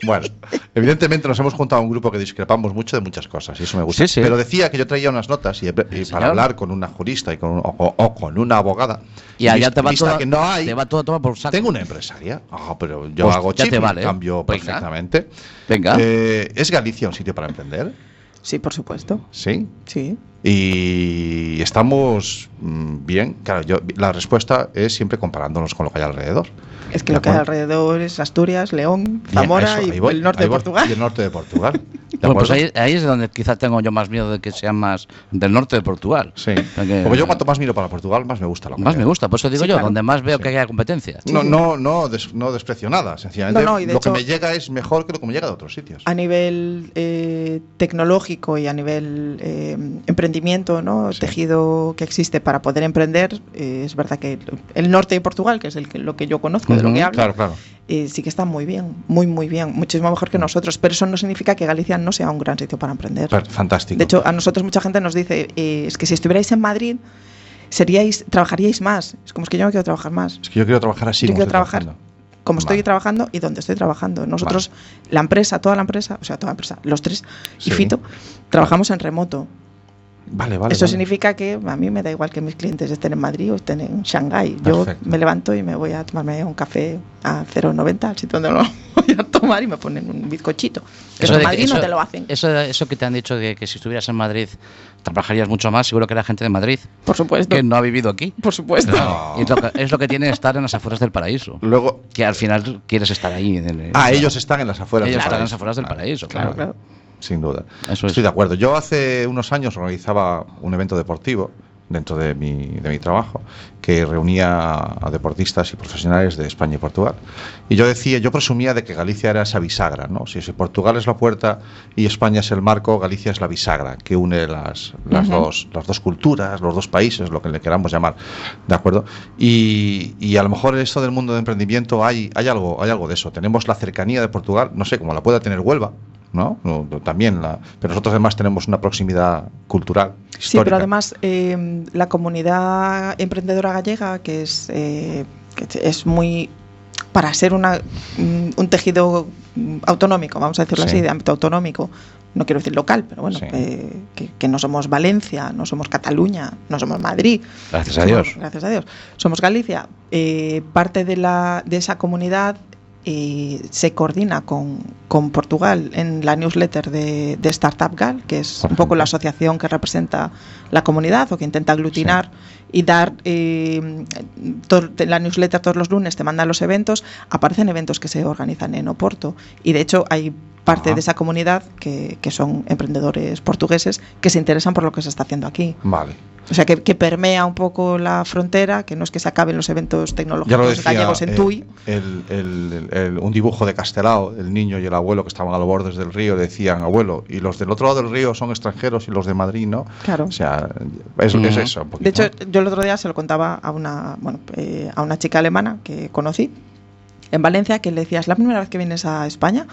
Bueno, evidentemente nos hemos juntado a un grupo que discrepamos mucho de muchas cosas y eso me gusta.
Sí, sí.
Pero decía que yo traía unas notas y, y
señor.
para hablar con una jurista y con un- o, o con una abogada.
Y allá te va
vista
todo,
que no hay,
te va todo a tomar por saco.
Tengo una empresaria. Ah, pero yo
Pues
hago
ya te
chip y
vale.
cambio
Venga.
perfectamente.
Venga.
Eh, ¿Es Galicia un sitio para emprender?
Sí, por supuesto.
Sí.
Sí.
Y estamos mm, bien. Claro, yo la respuesta es siempre comparándonos con lo que hay alrededor.
Es que
De
lo que hay
acuerdo.
alrededor es Asturias, León,
Bien,
Zamora
eso, ahí
y
voy,
el norte
ahí
de
voy.
Portugal.
Y el norte de Portugal. ¿De
Bueno, pues
acuerdo?
ahí, ahí es donde quizás tengo yo más miedo de que sean más del norte de Portugal.
Sí.
Porque-
Porque yo cuanto más miro para Portugal, más me gusta la
Más
comida.
me gusta, por eso digo
Sí,
yo,
claro.
donde más veo que haya competencia.
No, no, no, des- no desprecio nada, sencillamente.
No, no, y de
lo
hecho-
que me llega es mejor que lo que me llega de otros sitios.
a nivel eh, tecnológico y a nivel eh, emprendimiento, ¿no? tejido que existe para poder emprender, eh, es verdad que el norte de Portugal, que es el que- lo que yo conozco, de lo que
Ujú,
hablo,
Claro, claro.
eh, sí que está muy bien, muy, muy bien, muchísimo mejor que nosotros, pero eso no significa que Galicia no sea un gran sitio para emprender.
Per- Fantástico.
De hecho, a nosotros mucha gente nos dice, eh, es que si estuvierais en Madrid, seríais, trabajaríais más. Es como es que yo no quiero trabajar más.
es que yo quiero trabajar así.
yo
como
quiero
estoy
trabajar
trabajando.
como estoy
Vale.
trabajando y donde estoy trabajando. Nosotros, la empresa, toda la empresa, o sea, toda la empresa, los tres
Sí.
y Fito, trabajamos en remoto.
Vale, vale.
Eso
vale.
significa que a mí me da igual que mis clientes estén en Madrid o estén en Shanghái.
Perfecto.
Yo me levanto y me voy a tomarme un café a 0,90 al sitio donde lo voy a tomar y me ponen un bizcochito. Que Eso
de
en
que-
Madrid no
eso-
te lo hacen.
Eso, eso que te han dicho de que si estuvieras en Madrid trabajarías mucho más, seguro que era gente de Madrid
Por supuesto.
que no ha vivido aquí.
Por supuesto.
No.
Y es, lo que, es lo que tiene estar en las afueras del paraíso.
Luego.
Que al final quieres estar ahí. En el,
Ah, ellos están en las afueras.
Ellos
del
están en las
paraíso.
afueras del
Vale.
paraíso, claro.
Claro, claro.
Sin duda.
Eso es.
Estoy de acuerdo. Yo hace unos años organizaba un evento deportivo dentro de mi, de mi trabajo que reunía a deportistas y profesionales de España y Portugal. Y yo decía, yo presumía de que Galicia era esa bisagra, ¿no? Si, si Portugal es la puerta y España es el marco, Galicia es la bisagra que une las, las, dos, las dos culturas, los dos países, lo que le queramos llamar, ¿de acuerdo? Y, y a lo mejor en esto del mundo de emprendimiento hay, hay, algo, hay algo de eso. Tenemos la cercanía de Portugal, no sé, como la pueda tener Huelva, ¿no? No, no, También, la, pero nosotros además tenemos una proximidad cultural. Histórica.
Sí, pero además eh, la comunidad emprendedora gallega, que es, eh, que es muy, para ser una, mm, un tejido mm, autonómico, vamos a decirlo
Sí.
así, de ámbito autonómico, no quiero decir local, pero bueno,
Sí.
eh, que, que no somos Valencia, no somos Cataluña, no somos Madrid.
Gracias a Dios.
Somos- gracias a Dios. Somos Galicia. Eh, parte de, la, de esa comunidad eh, se coordina con, con Portugal en la newsletter de, de Startup Gal, que es
Por
un poco
ejemplo.
la asociación que representa la comunidad o que intenta aglutinar y dar eh, to- te- la newsletter todos los lunes, te mandan los eventos, aparecen eventos que se organizan en Oporto y de hecho hay parte
Ajá.
de esa comunidad que, que son emprendedores portugueses que se interesan por lo que se está haciendo aquí.
Vale.
O sea, que, que permea un poco la frontera, que no es que se acaben los
Ya
eventos
lo
tecnológicos
decía
gallegos en
eh,
Tui.
el- el- el- el- un dibujo de Castelao, el niño y el abuelo que estaban a los bordes del río decían, abuelo, y los del otro lado del río son extranjeros y los de Madrid no.
Claro.
O sea, es,
Ujú.
es eso. un
De
poquito.
hecho, yo el otro día se lo contaba a una, bueno, eh, a una chica alemana que conocí en Valencia, que le decía, es la primera vez que vienes a España.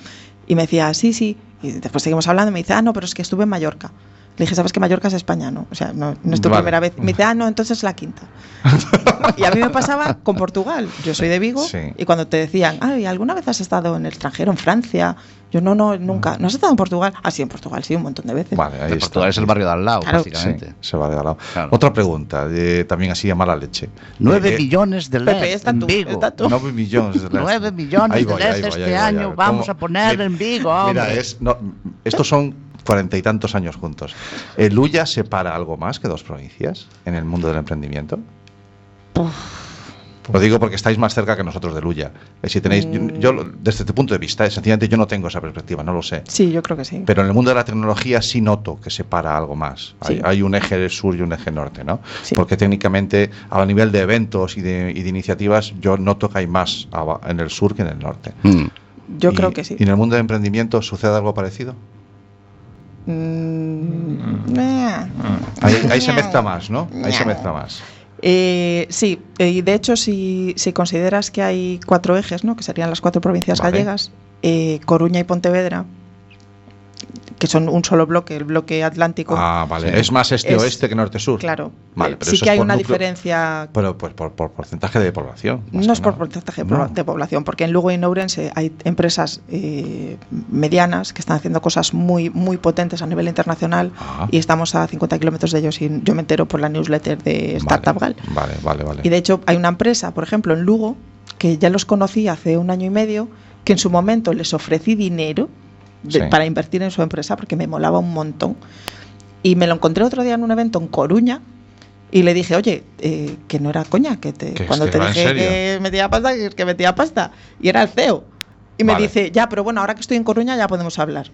Y me decía, sí, sí. Y después seguimos hablando y me dice, ah, no, pero es que estuve en Mallorca. Le dije, ¿sabes que Mallorca es España? No, o sea, no, no es tu
Vale.
primera vez. Me dice, ah, no, entonces la quinta. y a mí me pasaba con Portugal. Yo soy de Vigo
Sí.
y cuando te decían, ay, ¿alguna vez has estado en el extranjero, en Francia? Yo, no, no, nunca. ¿No has estado en Portugal? Ah, sí, en Portugal, sí, un montón de veces.
Mm. Vale, ahí
De
está.
Portugal es el barrio de al lado,
Claro.
Sí,
básicamente.
se va de al lado.
Claro.
Otra pregunta, eh, también así a mala leche.
Nueve
Eh,
millones de
Pepe,
LEDs
está
en
tú,
Vigo.
está tú.
Nueve millones de
Nueve millones
Ahí
de
voy,
LEDs
ahí voy,
este
ahí voy, ahí
año
voy.
vamos
¿Cómo?
a poner
Mi-
en Vigo,
Mira,
hombre.
es, no, estos son cuarenta y tantos años juntos. ¿El Ulla separa algo más que dos provincias en el mundo del emprendimiento? Lo digo porque estáis más cerca que nosotros de Luya. Si tenéis,
Mm.
yo, yo, desde este punto de vista, eh, sencillamente yo no tengo esa perspectiva, no lo sé.
Sí, yo creo que sí.
Pero en el mundo de la tecnología sí noto que separa algo más. Hay,
Sí.
hay un eje sur y un eje norte, ¿no?
Sí.
Porque técnicamente, a nivel de eventos y de, y de iniciativas, yo noto que hay más aba- en el sur que en el norte.
Mm.
Yo
Y-
creo que sí.
¿Y en el mundo de emprendimiento sucede algo parecido?
Mm, eh.
Ahí, ahí se mezcla más, ¿no? Ahí se mezcla más.
Eh, sí, eh, y de hecho, si, si consideras que hay cuatro ejes, ¿no? que serían las cuatro provincias
Vale.
gallegas, eh, Coruña y Pontevedra, que son un solo bloque, el bloque atlántico,
Ah, vale.
Sí.
Es más
Oh. Es-
este-oeste que norte-sur.
claro,
Vale,
eh,
pero
sí
eso
que
es
hay
por
una
núcleo-
diferencia.
Pero pues por, por porcentaje de población. más que
No es por
nada.
porcentaje de
No.
proba- de población, porque en Lugo y en Ourense hay empresas eh, medianas que están haciendo cosas muy, muy potentes a nivel internacional
Ah.
y estamos a 50 kilómetros de ellos y yo me entero por la newsletter de Startup
vale,
Gal.
Vale, vale, vale.
Y de hecho hay una empresa, por ejemplo, en Lugo, que ya los conocí hace un año y medio, que en su momento les ofrecí dinero de-
Sí.
para invertir en su empresa porque me molaba un montón. Y me lo encontré otro día en un evento en Coruña y le dije, oye, eh, que no era coña, que te,
Que es
cuando
que
te
va en
dije
serio.
que metía pasta, que es que metía pasta. Y era el CEO. Y me
Vale.
dice, ya, pero bueno, ahora que estoy en Coruña ya podemos hablar.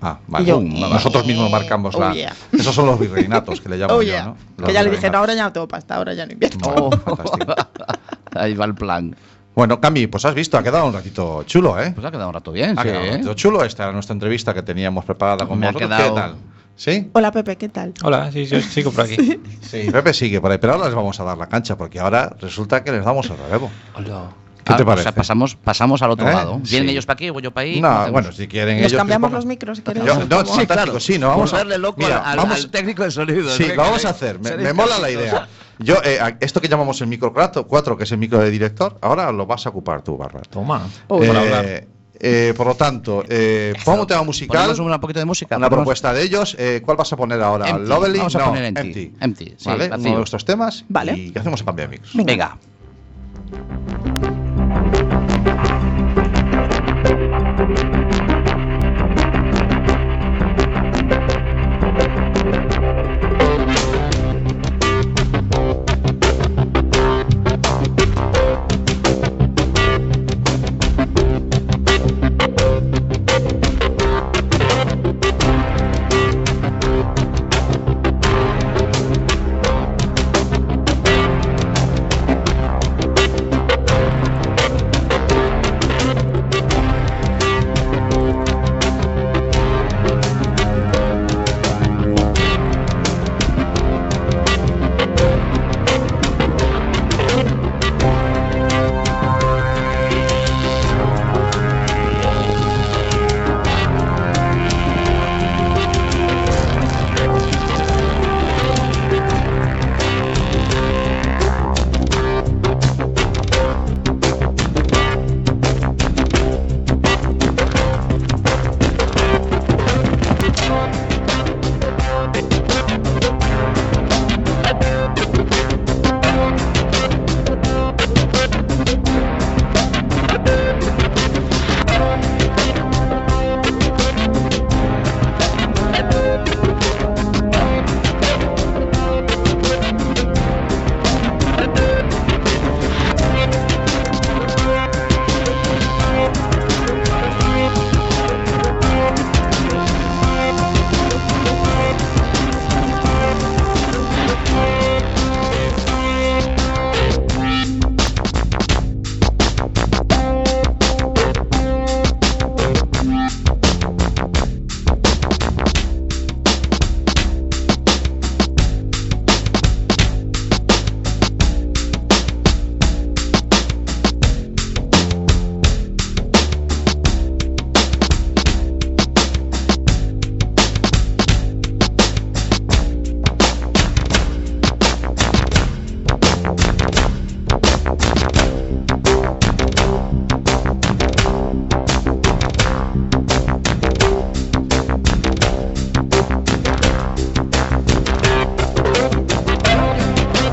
Ah, vale.
Y yo,
Pum, Nosotros mismos marcamos
oh,
la.
yeah.
Esos son los virreinatos que le llamo
Oh,
yo,
yeah.
¿no? Los
Que ya le dije,
virreinatos.
no, ahora ya no tengo pasta, ahora ya no invierto.
Vale, Oh, fantástico.
Ahí va el plan.
Bueno, Cami, pues has visto, ha quedado un ratito chulo, ¿eh?
Pues ha quedado un rato bien,
Ha
sí,
quedado un
¿eh?
ratito chulo. Esta era nuestra entrevista que teníamos preparada con
Me ha
vosotros.
quedado-
¿Qué tal? ¿Sí?
Hola Pepe, ¿qué tal?
Hola, sí, sí, sigo por aquí.
Sí, Pepe sigue por ahí, pero ahora les vamos a dar la cancha porque ahora resulta que les damos el relevo. ¿Qué
Ah,
te
O
parece?
sea, pasamos, pasamos al otro
¿Eh?
lado. ¿Vienen
Sí.
ellos para aquí, voy yo para ahí? ¿Cómo
No,
hacemos?
bueno, si quieren
Nos
ellos.
cambiamos
que
los
pongan-
micros si
Yo-
queréis.
no, sí, claro, sí, no,
Por
vamos a-
darle loco
mira,
al, al-
vamos-
al técnico de sonido.
Sí, lo vamos a hacer. Me, me mola la idea. Yo, eh, a- esto que llamamos el micro 4, que es el micro de director, ahora lo vas a ocupar tú, Bárbara.
Toma.
Uy.
Eh,
Por hablar.
eh, por lo tanto, eh, pon un tema musical,
Ponemos un poquito de música.
una
ponemos-
propuesta de ellos. Eh, ¿Cuál vas a poner ahora?
Empty.
¿Lovely?
Vamos a
No,
poner Empty. Empty, sí,
¿Vale?
vacío.
Uno de nuestros temas.
Vale.
Y hacemos el cambio de micros.
Venga.
Venga.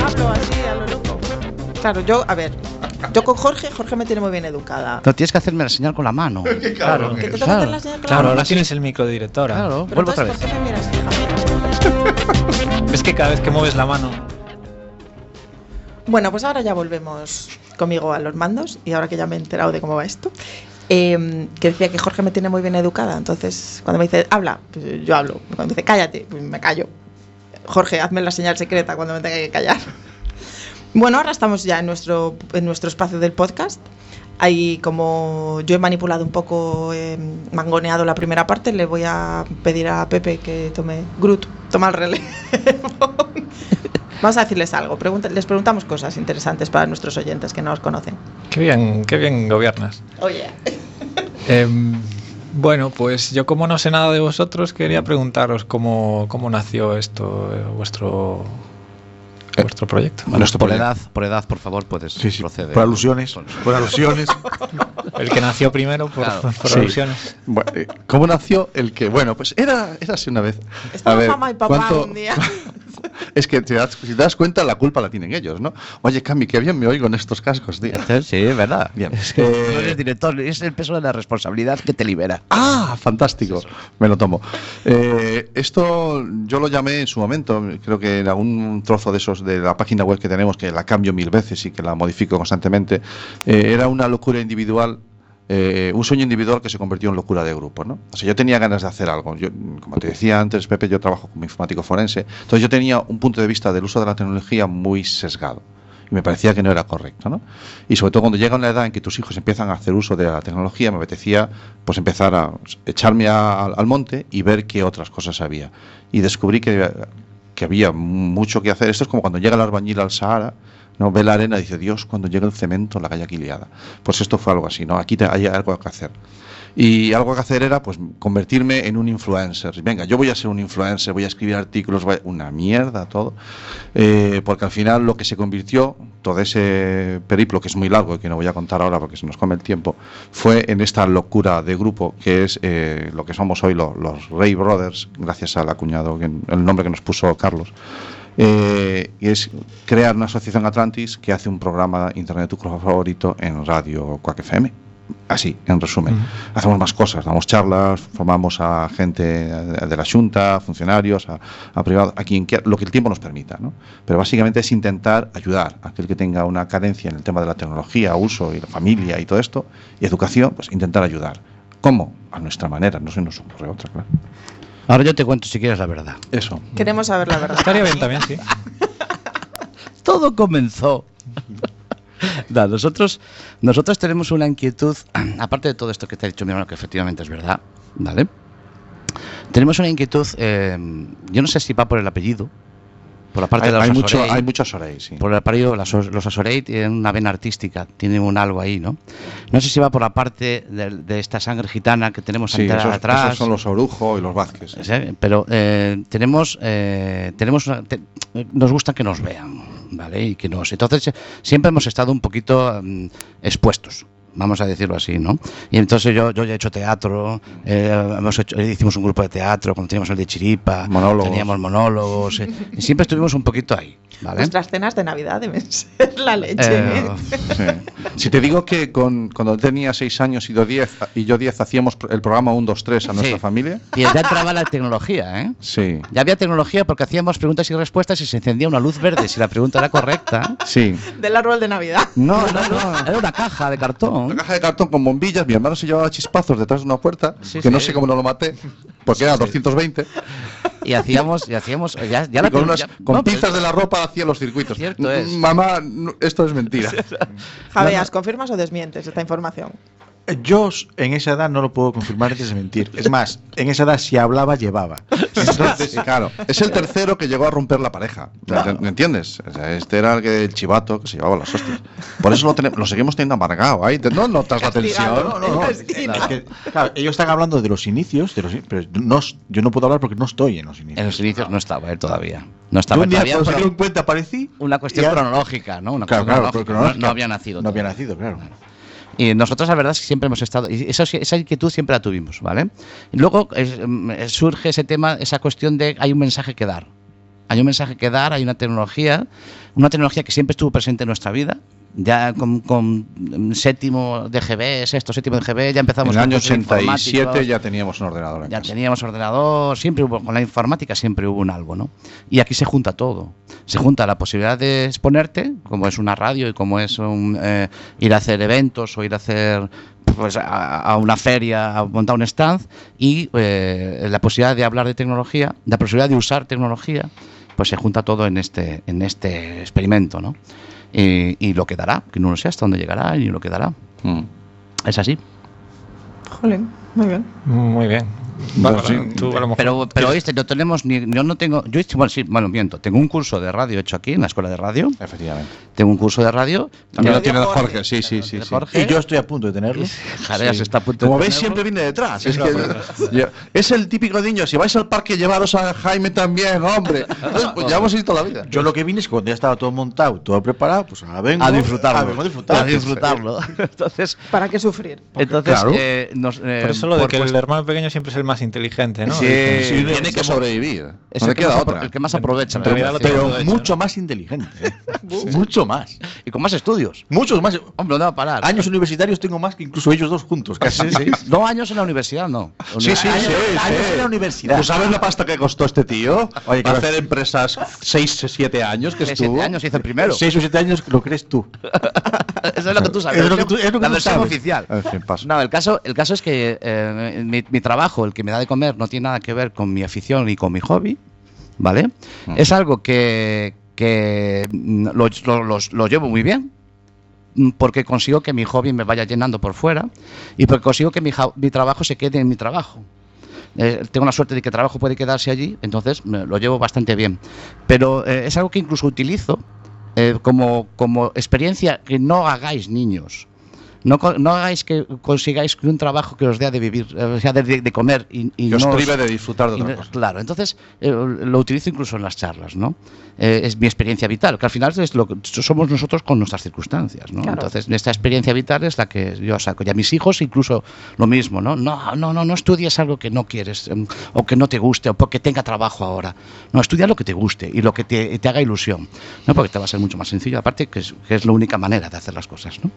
Hablo así a lo loco. Claro, yo, a ver, yo con Jorge, Jorge me tiene muy bien educada.
No tienes que hacerme la señal con la mano.
Claro.
Que tú te
Claro,
metes la señal con la
Claro,
mano.
ahora tienes el micro de directora.
Claro,
Pero
vuelvo otra
entonces,
vez.
¿por qué me miras fijamente?
Es que cada vez que mueves la mano.
Bueno, pues ahora ya volvemos conmigo a los mandos y ahora que ya me he enterado de cómo va esto. eh, que decía que Jorge me tiene muy bien educada, entonces cuando me dice habla, pues, eh, yo hablo. Cuando me dice cállate, pues me callo. Jorge, hazme la señal secreta cuando me tenga que callar. Bueno, ahora estamos ya en nuestro, en nuestro espacio del podcast. Ahí, como yo he manipulado un poco, eh, mangoneado la primera parte, le voy a pedir a Pepe que tome. Groot, toma el relevo. Vamos a decirles algo. pregunta- les preguntamos cosas interesantes para nuestros oyentes que no os conocen.
Qué bien, qué bien gobiernas.
Oye.
Em, bueno, pues yo como no sé nada de vosotros, quería preguntaros cómo, cómo nació esto, eh, vuestro, vuestro proyecto.
Bueno,
Nuestro
por
problema.
edad, por edad, por favor, puedes
Sí, sí.
proceder.
Por alusiones. Por alusiones.
El que nació primero por,
Claro.
por
Sí.
alusiones.
Bueno, eh,
¿Cómo nació el que? Bueno, pues era, era así una vez.
Estaba mamá y papá
¿cuánto-
un día.
Es que te das, si te das cuenta, la culpa la tienen ellos, ¿no? Oye, Cami, qué bien me oigo en estos cascos, tío.
Sí, es verdad.
Bien. eh,
Es que no eres director, es el peso de la responsabilidad que te libera.
Ah, fantástico. Me lo tomo. Eh, esto yo lo llamé en su momento, creo que en algún trozo de esos de la página web que tenemos, que la cambio mil veces y que la modifico constantemente, eh, era una locura individual. eh, un sueño individual que se convirtió en locura de grupo, ¿no? O sea, yo tenía ganas de hacer algo. Yo, como te decía antes, Pepe, yo trabajo como informático forense, entonces yo tenía un punto de vista del uso de la tecnología muy sesgado. y me parecía que no era correcto. ¿no? Y sobre todo cuando llega una edad en que tus hijos empiezan a hacer uso de la tecnología, me apetecía pues empezar a echarme a- al monte y ver qué otras cosas había. Y descubrí que, que había mucho que hacer. Esto es como cuando llega el albañil al Sahara, ¿no? ve la arena y dice, Dios, cuando llega el cemento, la calle aquí liada. Pues esto fue algo así, ¿no? aquí te- hay algo que hacer. Y algo que hacer era pues convertirme en un influencer. Venga, yo voy a ser un influencer, voy a escribir artículos, voy a- una mierda todo. Eh, porque al final lo que se convirtió, todo ese periplo que es muy largo y que no voy a contar ahora porque se nos come el tiempo, fue en esta locura de grupo que es eh, lo que somos hoy lo- los Ray Brothers, gracias al acuñado, que- el nombre que nos puso Carlos. Eh, y es crear una asociación Atlantis que hace un programa Internet tu programa favorito en Radio Quack FM. Así, en resumen. Hacemos más cosas, damos charlas, formamos a gente de la Junta, a funcionarios, a, a privados, a quien quiera, lo que el tiempo nos permita. ¿no? Pero básicamente es intentar ayudar a aquel que tenga una carencia en el tema de la tecnología, uso y la familia y todo esto, y educación, pues intentar ayudar. ¿Cómo? A nuestra manera, no se nos ocurre otra, claro.
Ahora yo te cuento si quieres la verdad.
Eso.
Queremos saber la verdad.
Estaría bien también, sí.
todo comenzó. No, nosotros, nosotros tenemos una inquietud, aparte de todo esto que te ha dicho mi hermano, que efectivamente es verdad, ¿vale? Tenemos una inquietud, eh, yo no sé si va por el apellido, por la parte
Hay,
de los
hay mucho,
Asorey,
hay muchos Sorey, sí.
por el apellido, las os- los Asorey tienen una vena artística, tienen un algo ahí, ¿no? No sé si va por la parte de, de esta sangre gitana que tenemos
Sí,
antes-
esos,
atrás.
esos son los Orujo y los Vázquez.
Sí, pero eh, tenemos, eh, tenemos una- te- nos gusta que nos vean, ¿vale? Y que nos. Entonces, eh, siempre hemos estado un poquito mm, expuestos. Vamos a decirlo así, ¿no? Y entonces yo, yo ya he hecho teatro, eh, hemos hecho- hicimos un grupo de teatro cuando teníamos el de Chiripa,
Monólogos.
teníamos monólogos, eh, y siempre estuvimos un poquito ahí, ¿vale?
Nuestras cenas de Navidad deben ser la leche.
Eh,
¿eh?
Sí. Si te digo que con, cuando tenía 6 años y yo 10, y yo 10 hacíamos pr- el programa 1, 2, 3 a nuestra
Sí.
familia.
y ya entraba la tecnología, ¿eh?
Sí,
Ya había tecnología porque hacíamos preguntas y respuestas y se encendía una luz verde si la pregunta era correcta.
sí.
Del árbol de Navidad.
No, no, no.
Era una caja de cartón.
Una caja de cartón con bombillas, mi hermano se llevaba chispazos detrás de una puerta,
Sí,
que no
sí.
sé cómo no lo maté, porque era 220,
Y hacíamos, y hacíamos, ya, ya la
y con, unas,
ya-
con
no, pero-
pinzas de la ropa hacía los circuitos.
Cierto
N-
es.
Mamá, no, esto es mentira.
Javeas, ¿confirmas o desmientes esta información?
Yo s- en esa edad no lo puedo confirmar antes de mentir. Es más, en esa edad si hablaba, llevaba.
Entonces, claro, es el tercero que llegó a romper la pareja. O sea, ¿Me entiendes? O sea, este era el, que, el chivato que se llevaba las hostias. Por eso lo, tenem- lo seguimos teniendo amargado. ahí. Te- No notas la tensión.
Castigado.
No, no, no.
Es que-
Claro, es que- claro, ellos están hablando de los inicios, de los, in- pero yo no, s- yo no puedo hablar porque no estoy en los
En
inicios.
los inicios no estaba él todavía. No
Yo
estaba
un día
todavía.
cuando se
pero
dieron cuenta aparecí.
una cuestión
y ya-
cronológica, ¿no? Una cuestión
Claro, claro,
cronológica,
cronológica.
No, no había nacido.
No había
todavía.
nacido, claro.
Y nosotros, la verdad, es que siempre hemos estado. y eso sí- esa inquietud siempre la tuvimos, ¿vale? Y luego es, mm, eh, surge ese tema, esa cuestión de hay un mensaje que dar. Hay un mensaje que dar, hay una tecnología, una tecnología que siempre estuvo presente en nuestra vida. Ya con, con, mm, séptimo de GB, sexto, séptimo de GB,
En
ya empezamos
el
con
año
cursos
87
informáticos.
ya teníamos un ordenador en
Ya
casa.
teníamos ordenador, siempre hubo, con la informática siempre hubo un algo, ¿no? Y aquí se junta todo. Se junta la posibilidad de exponerte, como es una radio y como es un, eh, ir a hacer eventos o ir a hacer pues, a, a una feria, a montar un stand, y eh, la posibilidad de hablar de tecnología, la posibilidad de usar tecnología, pues se junta todo en este, en este experimento, ¿no? Y, y lo que dará, que no lo sé hasta dónde llegará y lo que dará.
Mm.
Es así.
Jolín, muy bien.
Muy bien.
Bueno,
Bárbara,
sí.
tú a lo mejor-
Pero, pero oíste, no tenemos ni, yo no tengo, yo hice- bueno, sí, bueno, miento, tengo un curso de radio hecho aquí en la escuela de radio,
Efectivamente.
tengo un curso de radio,
También
lo
lo tiene
dio Jorge.
Jorge, sí, sí, sí.
de
sí.
Jorge,
Y yo estoy a punto de tenerlo.
Jareas está a punto de
Como ves,
tenerlo.
siempre viene detrás. Es, que- Yo- es el típico niño. Si vais al parque, llevaros a Jaime también, hombre. Entonces, pues, ya hemos ido toda la vida.
Yo lo que vine es que cuando ya estaba todo montado, todo preparado, pues ahora vengo
a disfrutarlo,
Ah, vengo a disfrutar.
disfrutarlo. Entonces,
¿Para qué sufrir?
entonces
claro.
eh, nos, eh,
Por eso lo de
por
que el
cuest-
hermano pequeño siempre es el más inteligente, ¿no?
Sí,
Dicen,
tiene que sobrevivir.
es
No
el
le
que más
queda
apro-
otra.
el que más aprovecha,
En
la
realidad lo
verdad,
tengo
Pero
todo hecho.
mucho más inteligente. ¿eh? mucho más.
y con más estudios.
Muchos más.
Hombre, ¿dónde va a parar?
Años universitarios tengo más que incluso ellos dos juntos, casi.
No años en la universidad, no.
Sí, sí, sí.
Años- años
sí.
en la universidad.
¿Tú sabes la pasta que costó este tío?
Oye, que
hacer empresas 6 o 7 años que
Siete
estuvo.
años hizo el primero.
Seis o siete años lo crees tú.
Eso es lo que tú sabes.
Es lo que tú- es lo que
la
tú
versión
sabes.
oficial.
En fin, paso.
No, el caso, el caso es que eh, mi, mi trabajo, el que me da de comer, no tiene nada que ver con mi afición ni con mi hobby, ¿vale? Es algo que, que mm, lo, lo- los- lo llevo muy bien, mm, porque consigo que mi hobby me vaya llenando por fuera y porque consigo que mi, ja- mi trabajo se quede en mi trabajo. Eh, tengo la suerte de que trabajo puede quedarse allí, entonces me lo llevo bastante bien. Pero eh, es algo que incluso utilizo eh, como, como experiencia que no hagáis niños. No, co- no hagáis que consigáis que un trabajo que os dé de vivir, eh, o sea, de, de comer y, y
Que os
no os-
prive de disfrutar de
y
otra
no-
cosa.
Claro, entonces eh, lo utilizo incluso en las charlas, ¿no? Eh, es mi experiencia vital, que al final es lo que somos nosotros con nuestras circunstancias, ¿no?
Claro.
Entonces, esta experiencia vital es la que yo saco. Y a mis hijos incluso lo mismo, ¿no? No, no, no, no estudies algo que no quieres em, o que no te guste o porque tenga trabajo ahora. No, estudia lo que te guste y lo que te, te haga ilusión, ¿no? Porque te va a ser mucho más sencillo, aparte que es, que es la única manera de hacer las cosas, ¿no?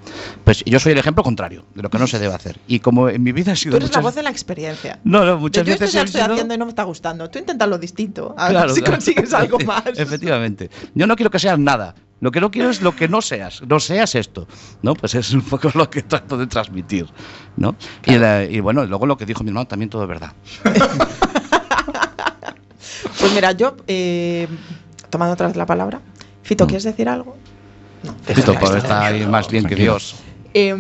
Pues yo soy el ejemplo contrario de lo que no se debe hacer. Y como en mi vida ha sido...
Pues Tú eres la
muchas-
voz de la experiencia.
No, no,
De,
muchas
yo esto
veces
ya
he
lo estoy
sido-
haciendo y no me está gustando. Tú intenta lo distinto. A
Claro,
ver Ah, si
claro.
consigues algo
Efecti-
más.
Efectivamente. Yo no quiero que seas nada. Lo que no quiero es lo que no seas. No seas esto. ¿No? Pues es un poco lo que trato de transmitir. ¿No? Y, la- y bueno, y luego lo que dijo mi hermano también todo es verdad.
Pues mira, yo, eh, tomando otra vez la palabra, Fito,
Mm.
¿quieres decir algo? No.
Fito, pues, está ahí más bien que
Tranquilo.
Dios.
Eh,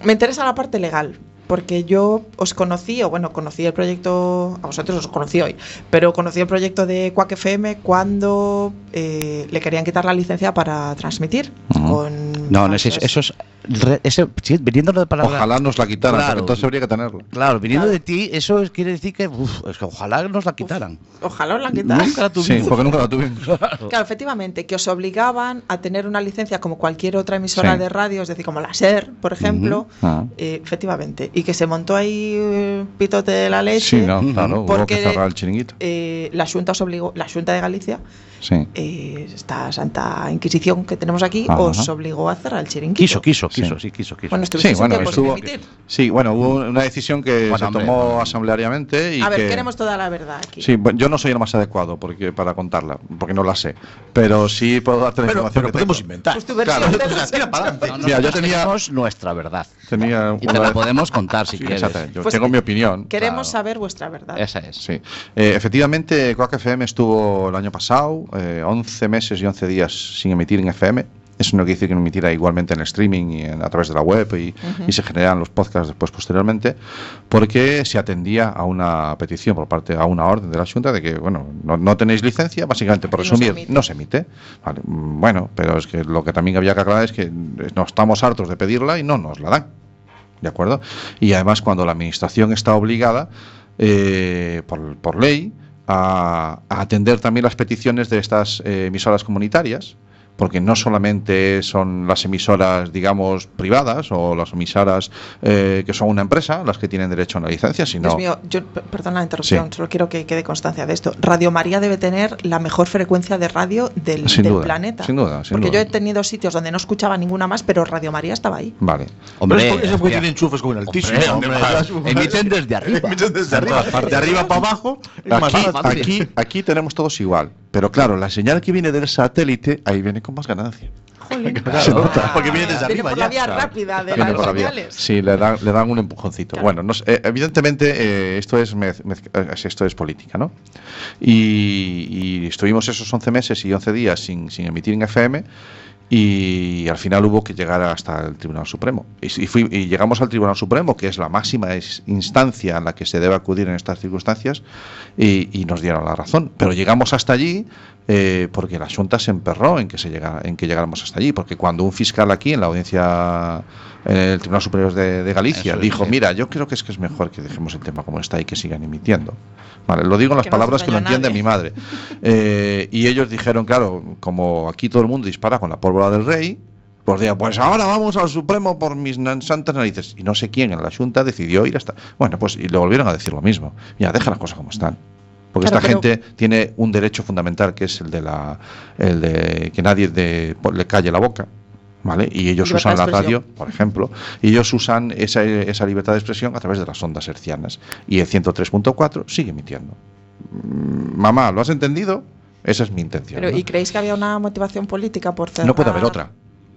me interesa la parte legal, porque yo os conocí, o bueno, conocí el proyecto, a vosotros os conocí hoy, pero conocí el proyecto de Quack FM cuando eh, le querían quitar la licencia para transmitir.
Ujú.
con
No, no es eso.
falsos-
eso es, re- ese- sí, viniéndolo de palabra.
Ojalá nos la quitaran,
Claro.
porque entonces habría que tenerla.
Claro, viniendo
Claro.
de ti, eso es- quiere decir que, uf, es que ojalá nos la quitaran.
Ojalá os la quitaran.
Nunca la
Sí,
tuvimos.
porque nunca la tuvimos.
Claro, efectivamente, que os obligaban a tener una licencia como cualquier otra emisora
Sí.
de radio, es decir, como la SER, por ejemplo,
Ujú. Ah.
eh, efectivamente, y que se montó ahí eh, pitote de la
Sí,
leche.
no, claro, hubo
Porque-
que cerrar el chiringuito.
Eh, la Junta os obligó, la Junta de Galicia,
Sí.
eh, esta Santa Inquisición que tenemos aquí,
Ajá.
os obligó a cerrar el chiringuito.
Quiso, quiso, quiso,
Sí.
sí, quiso, quiso.
Bueno,
Sí,
estuvisteis un
bueno,
tiempo sin
estuvo,
emitir.
sí, bueno, hubo una decisión que
Bueno,
se
hombre,
tomó
bueno.
asambleariamente y
A ver,
que-
queremos toda la verdad aquí.
Sí, bueno, yo no soy el más adecuado porque para contarla, porque no la sé, pero sí puedo darte la
Pero,
información
pero
que
podemos
tengo.
inventar.
Pues tu versión de los
tira para adelante.
No, no,
Mira, yo
nosotros
tenía-
tenemos nuestra verdad.
Tenía
Y
una-
te la podemos contar si
Sí,
quieres.
exactamente. Yo
Pues
tengo
que-
mi opinión.
Queremos
claro.
saber vuestra verdad.
Esa es.
Sí. Eh, efectivamente, Quack FM estuvo el año pasado eh, 11 meses y 11 días sin emitir en FM. Eso no quiere decir que no emitiera igualmente en el streaming y en- a través de la web y, y se generan los podcasts después posteriormente, porque se atendía a una petición por parte, a una orden de la Junta de que, bueno, no, no tenéis licencia, básicamente, por
Y no se
resumir,
emite.
no se emite. Vale, mm, bueno, pero es que lo que también había que aclarar es que no estamos hartos de pedirla y no nos la dan. ¿De acuerdo? Y además cuando la administración está obligada eh, por, por ley a, a atender también las peticiones de estas eh, emisoras comunitarias, porque no solamente son las emisoras, digamos, privadas o las emisoras eh, que son una empresa las que tienen derecho a una licencia, sino...
Dios mío, yo, p- perdona la interrupción,
Sí.
solo quiero que quede constancia de esto. Radio María debe tener la mejor frecuencia de radio del,
Sin
del
duda,
planeta.
sin duda, sin
Porque
duda.
yo he tenido sitios donde no escuchaba ninguna más, pero Radio María estaba ahí.
Vale.
Pero
Hombre,
es porque- es porque
hostia.
tienen enchufes con el altísimo.
Hombre, hombre, emiten desde arriba.
Emiten desde arriba. De arriba para abajo. Es más
Aquí,
fácil.
aquí, aquí tenemos todos igual, pero claro, la señal que viene del satélite ahí viene con más ganancia.
Se nota, porque viene desde
Viene
arriba
por la
ya.
vía rápida de
Viene
las
por la vía.
señales.
Sí, le dan, le dan un empujoncito.
Claro.
Bueno, no sé, eh, evidentemente eh, esto, es mez- mez- eh, esto es política, ¿no? Y, y estuvimos esos 11 meses y 11 días sin, sin emitir en FM y al final hubo que llegar hasta el Tribunal Supremo. Y, si fui- y llegamos al Tribunal Supremo, que es la máxima es- instancia a la que se debe acudir en estas circunstancias, y, y nos dieron la razón. Pero llegamos hasta allí eh, porque la Junta se emperró en que, se llegara, en que llegáramos hasta allí, porque cuando un fiscal aquí en la audiencia, en el Tribunal Superior de, de Galicia,
Eso es,
dijo,
sí.
mira, yo creo que es que es mejor que dejemos el tema como está y que sigan emitiendo. Vale, lo digo en las
Que no
palabras que lo
engaña a
entiende
nadie.
mi madre. Eh, y ellos dijeron, claro, como aquí todo el mundo dispara con la pólvora del rey, pues diga, pues ahora vamos al Supremo por mis nan- santas narices. Y no sé quién en la Junta decidió ir hasta. Bueno, pues y le volvieron a decir lo mismo. Ya, deja las cosas como están. Porque
Claro,
esta
pero-
gente tiene un derecho fundamental que es el de la el de que nadie de- le calle la boca. ¿Vale? Y ellos usan
Libertad
la
de expresión.
radio, por ejemplo, y ellos usan esa, esa libertad de expresión a través de las ondas hercianas. Y el 103.4 sigue emitiendo. Mm, Mamá, ¿lo has entendido? Esa es mi intención.
Pero,
¿no?
¿Y creéis que había una motivación política por cerrar?
No puede haber otra.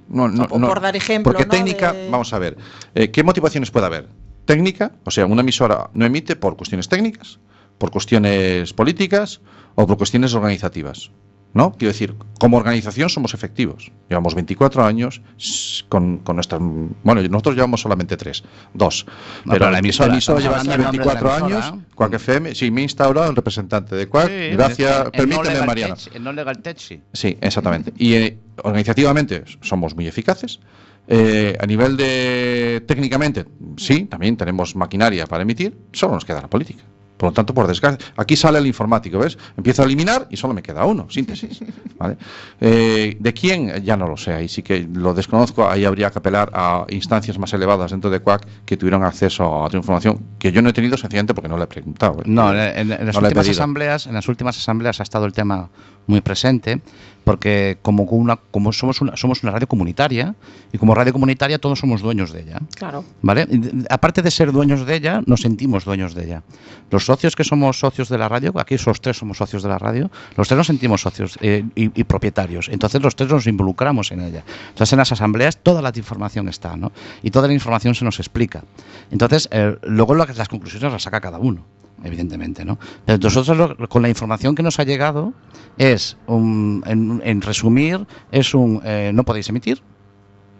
No, no,
por-
no.
por dar ejemplo,
Porque
¿no?
técnica,
de-
vamos a ver, eh, ¿qué motivaciones puede haber? Técnica, o sea, una emisora no emite por cuestiones técnicas, por cuestiones políticas o por cuestiones organizativas. ¿no? Quiero decir, como organización somos efectivos. Llevamos 24 años s- con, con nuestras... Bueno, nosotros llevamos solamente tres, dos. pero
No, pero
la
la
emisora,
emisora,
lleva
estamos
aquí
hablando del nombre
24
de la
años.
emisora.
Quack FM, sí, me he instaurado el representante de Quack.
Sí,
Gracias,
en- en no
permíteme,
legal
Mariana.
tech- En no legal tech, sí.
Sí, exactamente. Y eh, organizativamente somos muy eficaces. Eh, a nivel de técnicamente, sí, también tenemos maquinaria para emitir, solo nos queda la política. Por lo tanto, por desgracia, aquí sale el informático, ¿ves? Empiezo a eliminar y solo me queda uno, síntesis. ¿vale? Eh, ¿De quién? Ya no lo sé, ahí sí que lo desconozco, ahí habría que apelar a instancias más elevadas dentro de CUAC que tuvieron acceso a otra información que yo no he tenido sencillamente porque no le he preguntado. ¿eh?
No, en, en- en las
No le he
últimas
pedido.
asambleas, en las últimas asambleas ha estado el tema muy presente, porque como una, como somos una, somos una radio comunitaria y como radio comunitaria todos somos dueños de ella.
Claro.
¿Vale? Y de- Aparte de ser dueños de ella, nos sentimos dueños de ella. Los socios que somos socios de la radio, aquí los tres somos socios de la radio, los tres nos sentimos socios eh, y, y propietarios. Entonces los tres nos involucramos en ella. Entonces en las asambleas toda la información está, ¿no? Y toda la información se nos explica. Entonces eh, luego lo que- las conclusiones las saca cada uno evidentemente, ¿no? Pero nosotros lo- con la información que nos ha llegado es, un- en, en resumir, es un eh, no podéis emitir,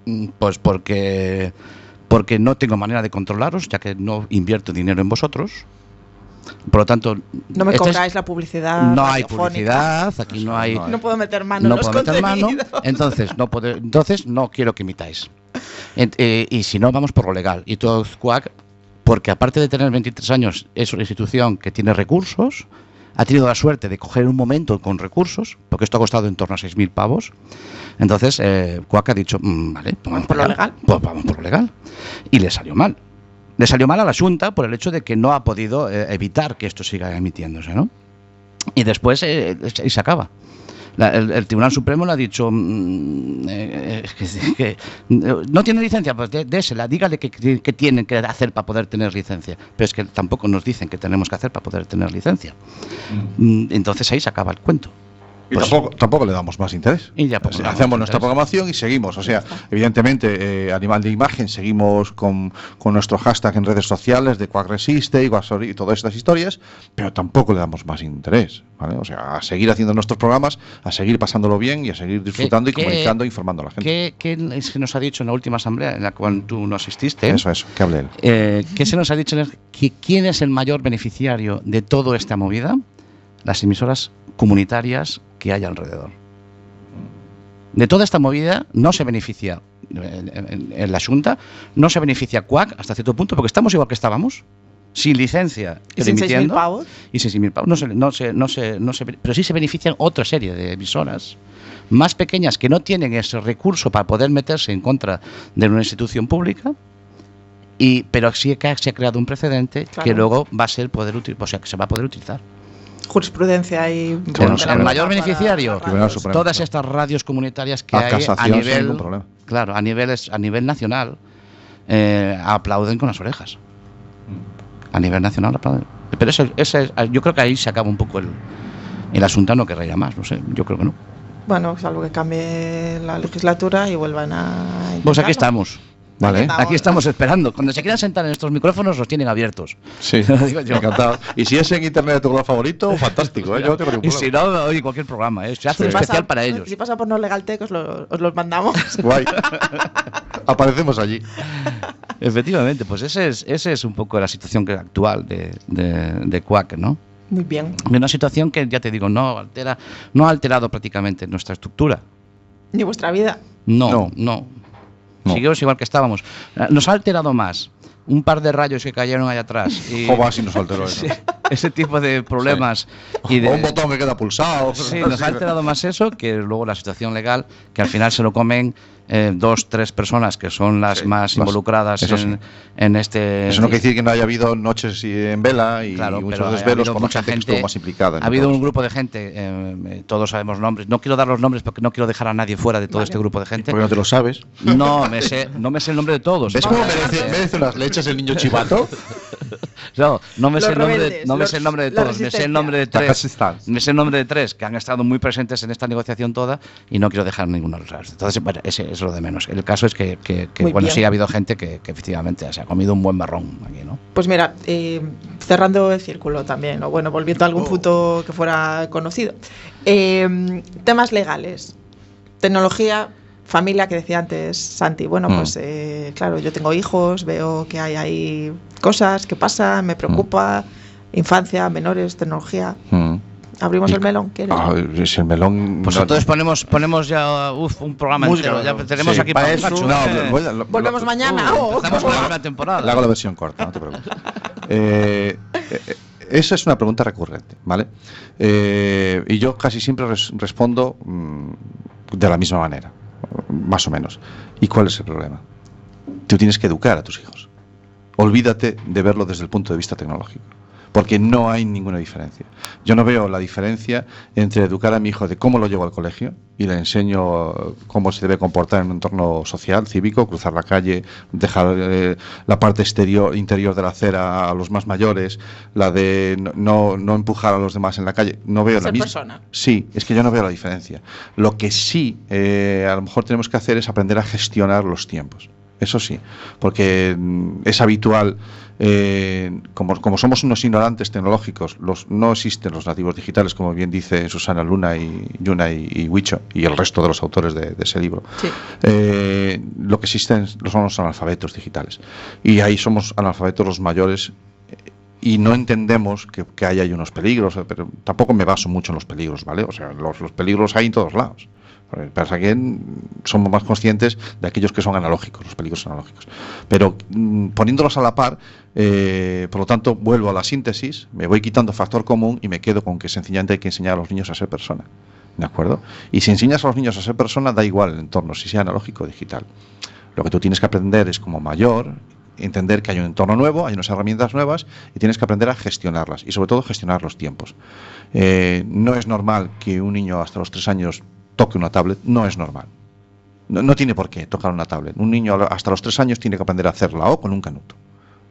Mm, Pues porque porque no tengo manera de controlaros, ya que no invierto dinero en vosotros. Por lo tanto,
No me
este es-
cobráis la publicidad.
no hay
radiofónica.
publicidad, aquí no hay
No puedo meter mano
no
en los
puedo meter mano,
contenidos.
entonces no puedo- entonces no quiero que imitáis. Ent- eh, y si no vamos por lo legal y todo cuac porque aparte de tener 23 años es una institución que tiene recursos, ha tenido la suerte de coger un momento con recursos, porque esto ha costado en torno a 6.000 pavos. Entonces, eh, Cuac ha dicho, "Mm, vale, pues vamos
Por lo legal.
Pues vamos por lo legal. Y le salió mal. Le salió mal a la Junta por el hecho de que no ha podido eh, evitar que esto siga emitiéndose, ¿no? Y después eh, se- y se acaba. La- el, el Tribunal Supremo le ha dicho, mm, eh, eh, que- que- no tiene licencia, pues dé- désela, dígale que, que tienen que hacer para poder tener licencia. Pero es que tampoco nos dicen que tenemos que hacer para poder tener licencia. Mm, Entonces ahí se acaba el cuento.
Y
Pues-
tampoco, tampoco le damos más interés.
Y ya poco
O sea,
le damos
Hacemos
más
nuestra
interés.
programación y seguimos. O sea, evidentemente, eh, Animal de Imagen, seguimos con, con nuestro hashtag en redes sociales de Quack Resiste y, Guasori- y todas estas historias, pero tampoco le damos más interés. ¿vale? O sea, a seguir haciendo nuestros programas, a seguir pasándolo bien y a seguir disfrutando y
qué-
comunicando e informando a la gente.
¿Qué, qué es que nos ha dicho en la última asamblea en la cual tú no asististe?
Eso, eso, que hable él.
Eh, ¿Qué se nos ha dicho? Que, ¿Quién es el mayor beneficiario de toda esta movida? Las emisoras comunitarias que hay alrededor. De toda esta movida no se beneficia eh, en, en- en la Junta, no se beneficia CUAC hasta cierto punto, porque estamos igual que estábamos, sin licencia,
Y sin 6.000
emitiendo,
pavos.
y 6.000 pavos. No se, no se- no se- no se- pero sí se benefician otra serie de emisoras más pequeñas que no tienen ese recurso para poder meterse en contra de una institución pública. Y, pero sí que se ha creado un precedente que
Claro.
luego va a ser poder util- o sea, que se va a poder utilizar.
Jurisprudencia y.
Tribunal
de la
Supremo.
el mayor
para-
beneficiario,
para radios.
Supremo,
todas
claro.
estas radios comunitarias que
A
hay a
casación sin
nivel,
ningún problema.
claro, a niveles, a nivel nacional, eh, aplauden con las orejas. A nivel nacional aplauden. Pero eso, ese- yo creo que ahí se acaba un poco el, el asunto, no querría más, no sé, yo creo que no.
Bueno, salvo que cambie la legislatura y vuelvan a.
Pues aquí
intentarlo.
estamos.
Vale,
Vamos.
Aquí estamos esperando. Cuando se quieran sentar en estos micrófonos, los tienen abiertos.
sí,
Digo yo.
encantado. Y si es en internet tu color favorito, fantástico, ¿eh? yo no tengo ningún
Y si
problema.
no, oye, cualquier programa, ¿eh? se hace
Si
un especial
pasa-
para ellos.
Si pasa por no legal tech, os, lo- os los mandamos.
Guay. Aparecemos allí.
Efectivamente, pues ese es, ese es un poco la situación que- actual de, de, de Quack, ¿no?
Muy bien.
De una situación que, ya te digo, no, altera, no ha alterado prácticamente nuestra estructura.
Ni vuestra vida.
No,
No.
no.
No.
Seguimos igual que estábamos. Eh, Nos ha alterado más un par de rayos que cayeron allá atrás. Y
Joba, si nos alteró eso.
ese tipo de problemas. Y
O un
de,
botón que queda pulsado.
sí, nos ha alterado más eso que luego la situación legal, que al final se lo comen eh, dos, tres personas que son las
Sí,
más
las-
involucradas
eso
en, en este...
Eso no quiere decir que no haya habido noches y- en vela y
Claro,
muchos
pero ha
desvelos
habido
con la
mucha
gente, que
gente-
estuvo más implicada. en
Ha habido
todo
un grupo de gente, eh, eh, todos sabemos nombres. No quiero dar los nombres porque no quiero dejar a nadie fuera de todo este grupo de gente.
Porque no te lo sabes.
No, me sé, no me sé el nombre de todos.
esto. Pues ¿Ves cómo merece, merece unas leches el niño chivato?
No, no me
Los
sé el nombre de,
rebeldes,
no me
los-
sé el nombre de
la
todos, me sé el
resistencia.
nombre de
Casi
tres.
están.
Me sé el nombre de tres que han estado muy presentes en esta negociación toda y no quiero dejar ninguno atrás. Entonces, bueno, ese es lo de menos. El caso es que, que- que,
Muy
bueno,
bien.
sí ha habido gente que, que efectivamente se ha comido un buen marrón aquí, ¿no?
Pues mira, eh, cerrando el círculo también, o bueno, volviendo a
Oh.
algún punto que fuera conocido. Eh, temas legales, tecnología, familia, que decía antes Santi. Bueno,
Mm.
pues eh, claro, yo tengo hijos, veo que hay ahí cosas que pasan, me preocupa. Infancia, menores, tecnología.
Mm.
Abrimos
Y-
el melón, ¿quieres?
Ah, es el melón.
Pues
no-
entonces ponemos, ponemos ya uf, un programa
Música,
entero. Ya
¿no?
tenemos
Sí,
aquí
para
para
eso-
muchacho.
No, voy a- lo-
Volvemos
lo-
mañana. Oh,
Empezamos con
¿cómo?
la nueva
Le hago
temporada.
la versión corta, no te preocupes. Eh, eh, esa es una pregunta recurrente, ¿vale? Eh, y yo casi siempre res- respondo mm, de la misma manera, más o menos. ¿Y cuál es el problema? Tú tienes que educar a tus hijos. Olvídate de verlo desde el punto de vista tecnológico. Porque no hay ninguna diferencia. Yo no veo la diferencia entre educar a mi hijo de cómo lo llevo al colegio y le enseño eh, cómo se debe comportar en un entorno social, cívico, cruzar la calle, dejar eh, la parte exterior, interior de la acera a los más mayores, la de no- no, no empujar a los demás en la calle. No veo la
Ser
misma.
persona.
Sí, es que yo no veo la diferencia. Lo que sí eh, a lo mejor tenemos que hacer es aprender a gestionar los tiempos. Eso sí, porque mm, es habitual, eh, como, como somos unos ignorantes tecnológicos, los, no existen los nativos digitales, como bien dice Susana Luna y Yuna y, y Huicho y el resto de los autores de, de ese libro.
Sí.
Eh, lo que existen son los analfabetos digitales. Y ahí somos analfabetos los mayores eh, y no entendemos que, que hay, hay unos peligros, eh, pero tampoco me baso mucho en los peligros, ¿vale? O sea, los, los peligros hay en todos lados. Eh, Pasa que mm, somos más conscientes de aquellos que son analógicos, los peligros analógicos. Pero mm, poniéndolos a la par, eh, por lo tanto, vuelvo a la síntesis, me voy quitando factor común y me quedo con que sencillamente hay que enseñar a los niños a ser personas. ¿De acuerdo? Y si enseñas a los niños a ser personas, da igual el entorno, si sea analógico o digital. Lo que tú tienes que aprender es como mayor, entender que hay un entorno nuevo, hay unas herramientas nuevas y tienes que aprender a gestionarlas y sobre todo gestionar los tiempos. Eh, no es normal que un niño hasta los tres años toque una tablet, no es normal. No, no tiene por qué tocar una tablet. Un niño a- hasta los tres años tiene que aprender a hacer la O con un canuto.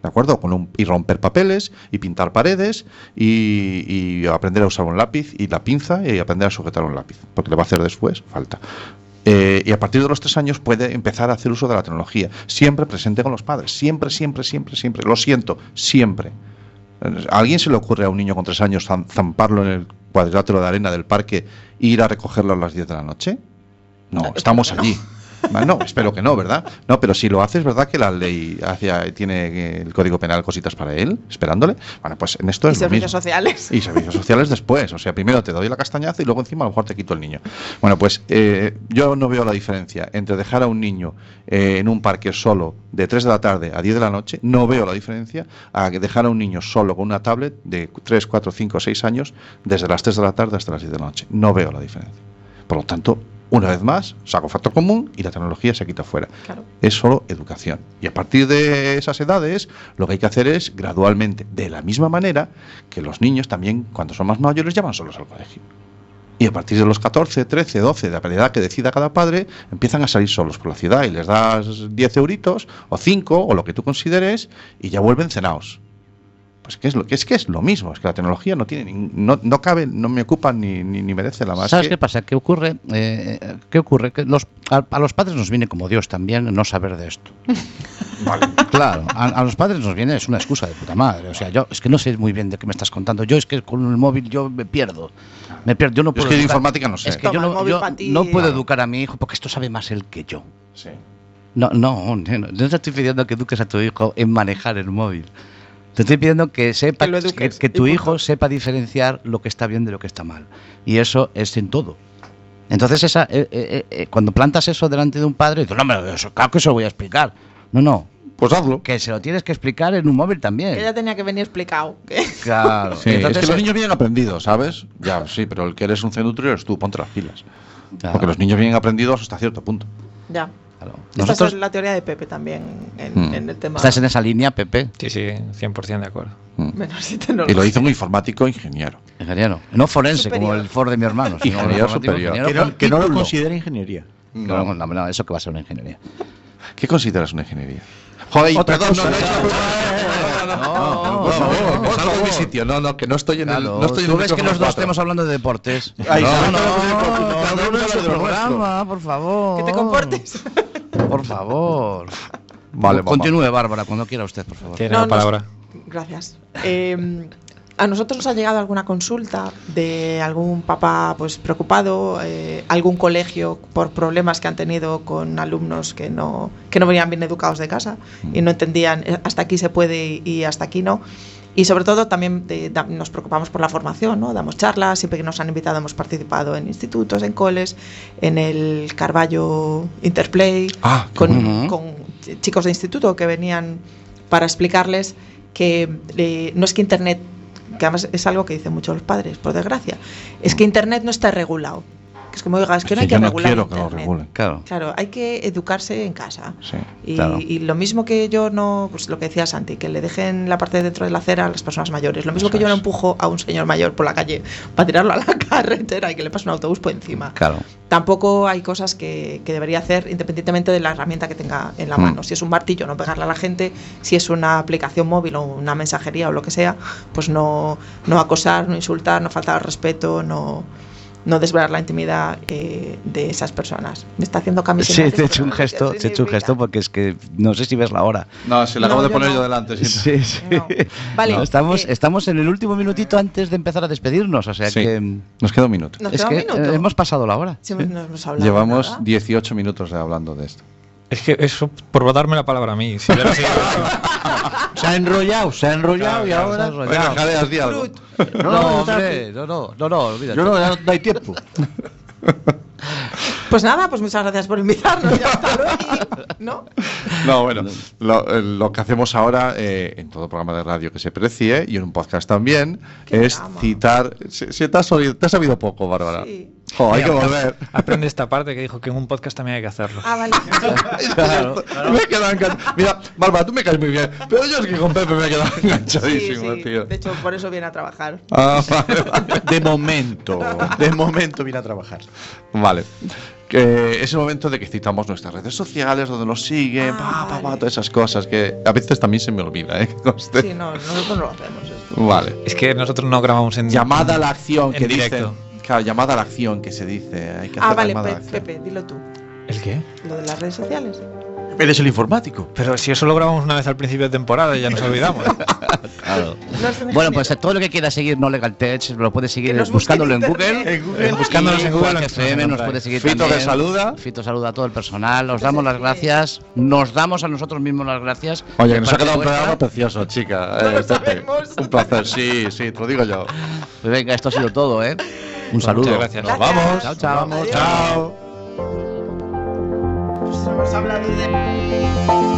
¿De acuerdo? O Con un- y romper papeles, y pintar paredes, y, y aprender a usar un lápiz y la pinza, y aprender a sujetar un lápiz, porque le va a hacer después falta. Eh, y a partir de los tres años puede empezar a hacer uso de la tecnología, siempre presente con los padres, siempre, siempre, siempre, siempre. Lo siento, siempre. ¿A alguien se le ocurre a un niño con tres años zam- zamparlo en el cuadrilátero de arena del parque e ir a recogerlo a las 10 de la noche? No, estamos allí. Ah, No, espero que no, ¿verdad? No, pero si lo haces, ¿verdad que la ley hacia, tiene eh, el Código Penal cositas para él, esperándole? Bueno, pues en esto
Y
es lo mismo.
servicios sociales.
Y servicios sociales después. O sea, primero te doy la castañaza y luego encima a lo mejor te quito el niño. Bueno, pues eh, yo no veo la diferencia entre dejar a un niño eh, en un parque solo de 3 de la tarde a 10 de la noche, no veo la diferencia a que dejar a un niño solo con una tablet de 3, 4, 5, 6 años desde las 3 de la tarde hasta las 10 de la noche. No veo la diferencia. Por lo tanto, una vez más, saco factor común y la tecnología se quita fuera
Claro.
es solo educación. Y a partir de esas edades, lo que hay que hacer es gradualmente, de la misma manera que los niños también, cuando son más mayores, ya van solos al colegio. Y a partir de los 14, 13, 12, de la edad que decida cada padre, empiezan a salir solos por la ciudad y les das 10 euritos o 5 o lo que tú consideres y ya vuelven cenaos. Pues que es lo que es que es lo mismo, es que la tecnología no tiene nin- no, no cabe, no me ocupa ni, ni, ni merece la más.
¿Sabes
que-
qué pasa? ¿Qué ocurre? Eh, ¿Qué ocurre? Que los, a, a los padres nos viene como Dios también no saber de esto. Claro, a, a los padres nos viene, es una excusa de puta madre. O sea, yo es que no sé muy bien de qué me estás contando. Yo es que con el móvil yo me pierdo. Me pierdo. Yo no
Yo es
puedo
que de
educar-
informática no sé.
Pues, Es que yo
Toma el
no,
móvil
yo
pa' ti.
no puedo
Claro.
educar a mi hijo porque esto sabe más él que yo.
Sí.
No, no, neno, yo no te estoy pidiendo que eduques a tu hijo en manejar el móvil. Te estoy pidiendo que sepa
Que lo
que,
eduques,
que
y
tu
punto.
hijo sepa diferenciar lo que está bien de lo que está mal. Y eso es en todo. Entonces, esa, eh, eh, eh, cuando plantas eso delante de un padre, dices, no, hombre, eso, claro que se lo voy a explicar. No, no,
Pues hazlo.
que se lo tienes que explicar en un móvil
eh.
también.
Que ya tenía que venir explicado. que-
Claro.
Sí,
Entonces,
es que los
eh,
niños vienen aprendidos, ¿sabes? Ya, sí, pero el que eres un centutrio eres tú, ponte las pilas.
claro,
Porque los niños vienen aprendidos hasta cierto punto.
ya.
claro.
Esta
Nosotros
es la teoría de Pepe también en,
Mm.
en el tema
estás en esa línea, Pepe,
Sí, sí, 100% de acuerdo.
Mm.
menores y
Y lo
tecnología.
hizo un informático ingeniero.
ingeniero. No forense,
Superior.
como el Ford de mi hermano. sino
Ingeniero
informático,
superior.
Que
con
no, que no lo
título.
considera ingeniería.
No, no, no, eso que va a ser una ingeniería.
¿Qué consideras una ingeniería? Joder,
Otra
perdón, no,
cosa.
no, no, no, no, no, por favor, por favor, mi sitio. No, no, que no estoy en el.
Claro,
No estoy en
tú
el
ves que
micrófono
los dos
cuatro.
estemos hablando de deportes.
Ay,
no,
sí,
no,
estamos hablando de deportes, cada
no,
uno
no,
habla
su
de lo
programa, por favor.
Que te comportes.
Por favor.
Vale, mamá.
Continúe, Bárbara, cuando quiera usted, por favor.
Tiene
No,
la
no,
palabra.
Gracias. Eh, a nosotros nos ha llegado alguna consulta de algún papá pues preocupado, eh, algún colegio por problemas que han tenido con alumnos que no, que no venían bien educados de casa
Mm.
y no entendían eh, hasta aquí se puede y hasta aquí no. Y sobre todo también eh, da- nos preocupamos por la formación, ¿no? Damos charlas, siempre que nos han invitado hemos participado en institutos, en coles, en el Carballo Interplay,
Ah, qué
con,
bueno.
con ch- chicos de instituto que venían para explicarles que eh, no es que Internet, que además es algo que dicen muchos los padres, por desgracia, es que Internet no está regulado. Que es como, oiga, es que no hay que
yo no
regular
quiero que lo
Internet.
regulen.
Claro.
Claro, hay que educarse en casa.
Sí.
Y,
Claro.
y lo mismo que yo no, pues lo que decía Santi, que le dejen la parte de dentro de la acera a las personas mayores. Lo mismo
Eso
que yo no
es.
empujo a un señor mayor por la calle para tirarlo a la carretera y que le pase un autobús por encima.
Claro.
Tampoco hay cosas que, que debería hacer independientemente de la herramienta que tenga en la
Mm.
mano. Si es un martillo, no pegarle a la gente. Si es una aplicación móvil o una mensajería o lo que sea, pues no, no acosar, no insultar, no faltar al respeto, no, no desvelar la intimidad eh, de esas personas. Me está haciendo camiseta.
Sí, te he hecho un gesto, te he hecho un gesto porque es que no sé si ves la hora.
No, se
la
la
acabo
acabo
No, de
de poner
yo poner no. yo
yo delante.
Sí, sí.
No. Vale,
No, estamos,
eh,
estamos en el último minutito antes de empezar a despedirnos, o sea
Sí.
que
Nos queda un minuto.
Nos
es
queda un
que
minuto.
eh, hemos pasado la hora.
si no hemos hablado
Llevamos
nada.
18 minutos hablando de esto.
Es que eso por darme la palabra a mí. Si hubiera sido eso.
Se ha enrollado, se ha enrollado y ahora.
Se ha
Pues
enrollado.
jadeas, di algo.
No,
No, no, no,
hombre, no, no, no, no, olvídate.
Yo no, ya no hay tiempo.
Pues nada, pues muchas gracias por invitarnos. Ya hasta luego, ¿no?
No, bueno, lo, eh, lo que hacemos ahora eh, en todo programa de radio que se precie y en un podcast también
Qué
es
drama.
citar. Si, si te, has oído- te has sabido poco, Bárbara.
Sí.
Jo, hay que
pues,
Mira,
volver.
Aprende esta parte que dijo que en un podcast también hay que hacerlo.
Ah, vale.
Me he quedado enganchado. Mira, Bárbara, tú me caes muy bien, pero yo es que con Pepe me he quedado
Sí,
enganchadísimo,
sí.
tío.
De hecho, por eso viene a trabajar.
Ah, vale, vale.
De momento. De momento viene a trabajar.
Vale. Que es el momento de que citamos nuestras redes sociales, donde nos siguen,
Ah,
pa, pa, pa,
vale.
todas esas cosas que a veces también se me olvida, ¿eh? que conste.
Sí, no, nosotros no lo hacemos esto.
Vale.
Es que nosotros no grabamos en
Llamada a la acción
En
que
directo.
dicen. Claro, llamada a la acción que se dice. Hay que hacer
Ah,
la
vale,
llamada a la
Pe-
acción.
Pepe, dilo tú.
¿El qué?
Lo de las redes sociales.
Eres el informático.
Pero si eso lo grabamos una vez al principio de temporada y ya nos olvidamos.
Claro.
No es un
Bueno, pues
ingeniero.
todo lo que quiera seguir No Legal Tech lo puedes seguir
Que nos
buscándolo en Google.
busquen en internet.
En Google.
eh, Buscándonos
Y
en
en
Google
Quack
FM,
FM
nos
por
puedes
ahí.
seguir
Fito
también.
que saluda.
Fito saluda a todo el personal. Os damos las gracias. Nos damos a nosotros mismos las gracias.
Oye,
De
que nos ha
parte
quedado un
vuestra.
programa precioso, chica. eh,
lo
Pepe.
sabemos.
Un placer, sí, sí, te lo digo yo.
Pues venga, esto ha sido todo, ¿eh?
Pues
Un saludo.
Muchas gracias.
Nos vamos.
Chao, chao.
Adiós.
Chao.
Pues hemos hablado de.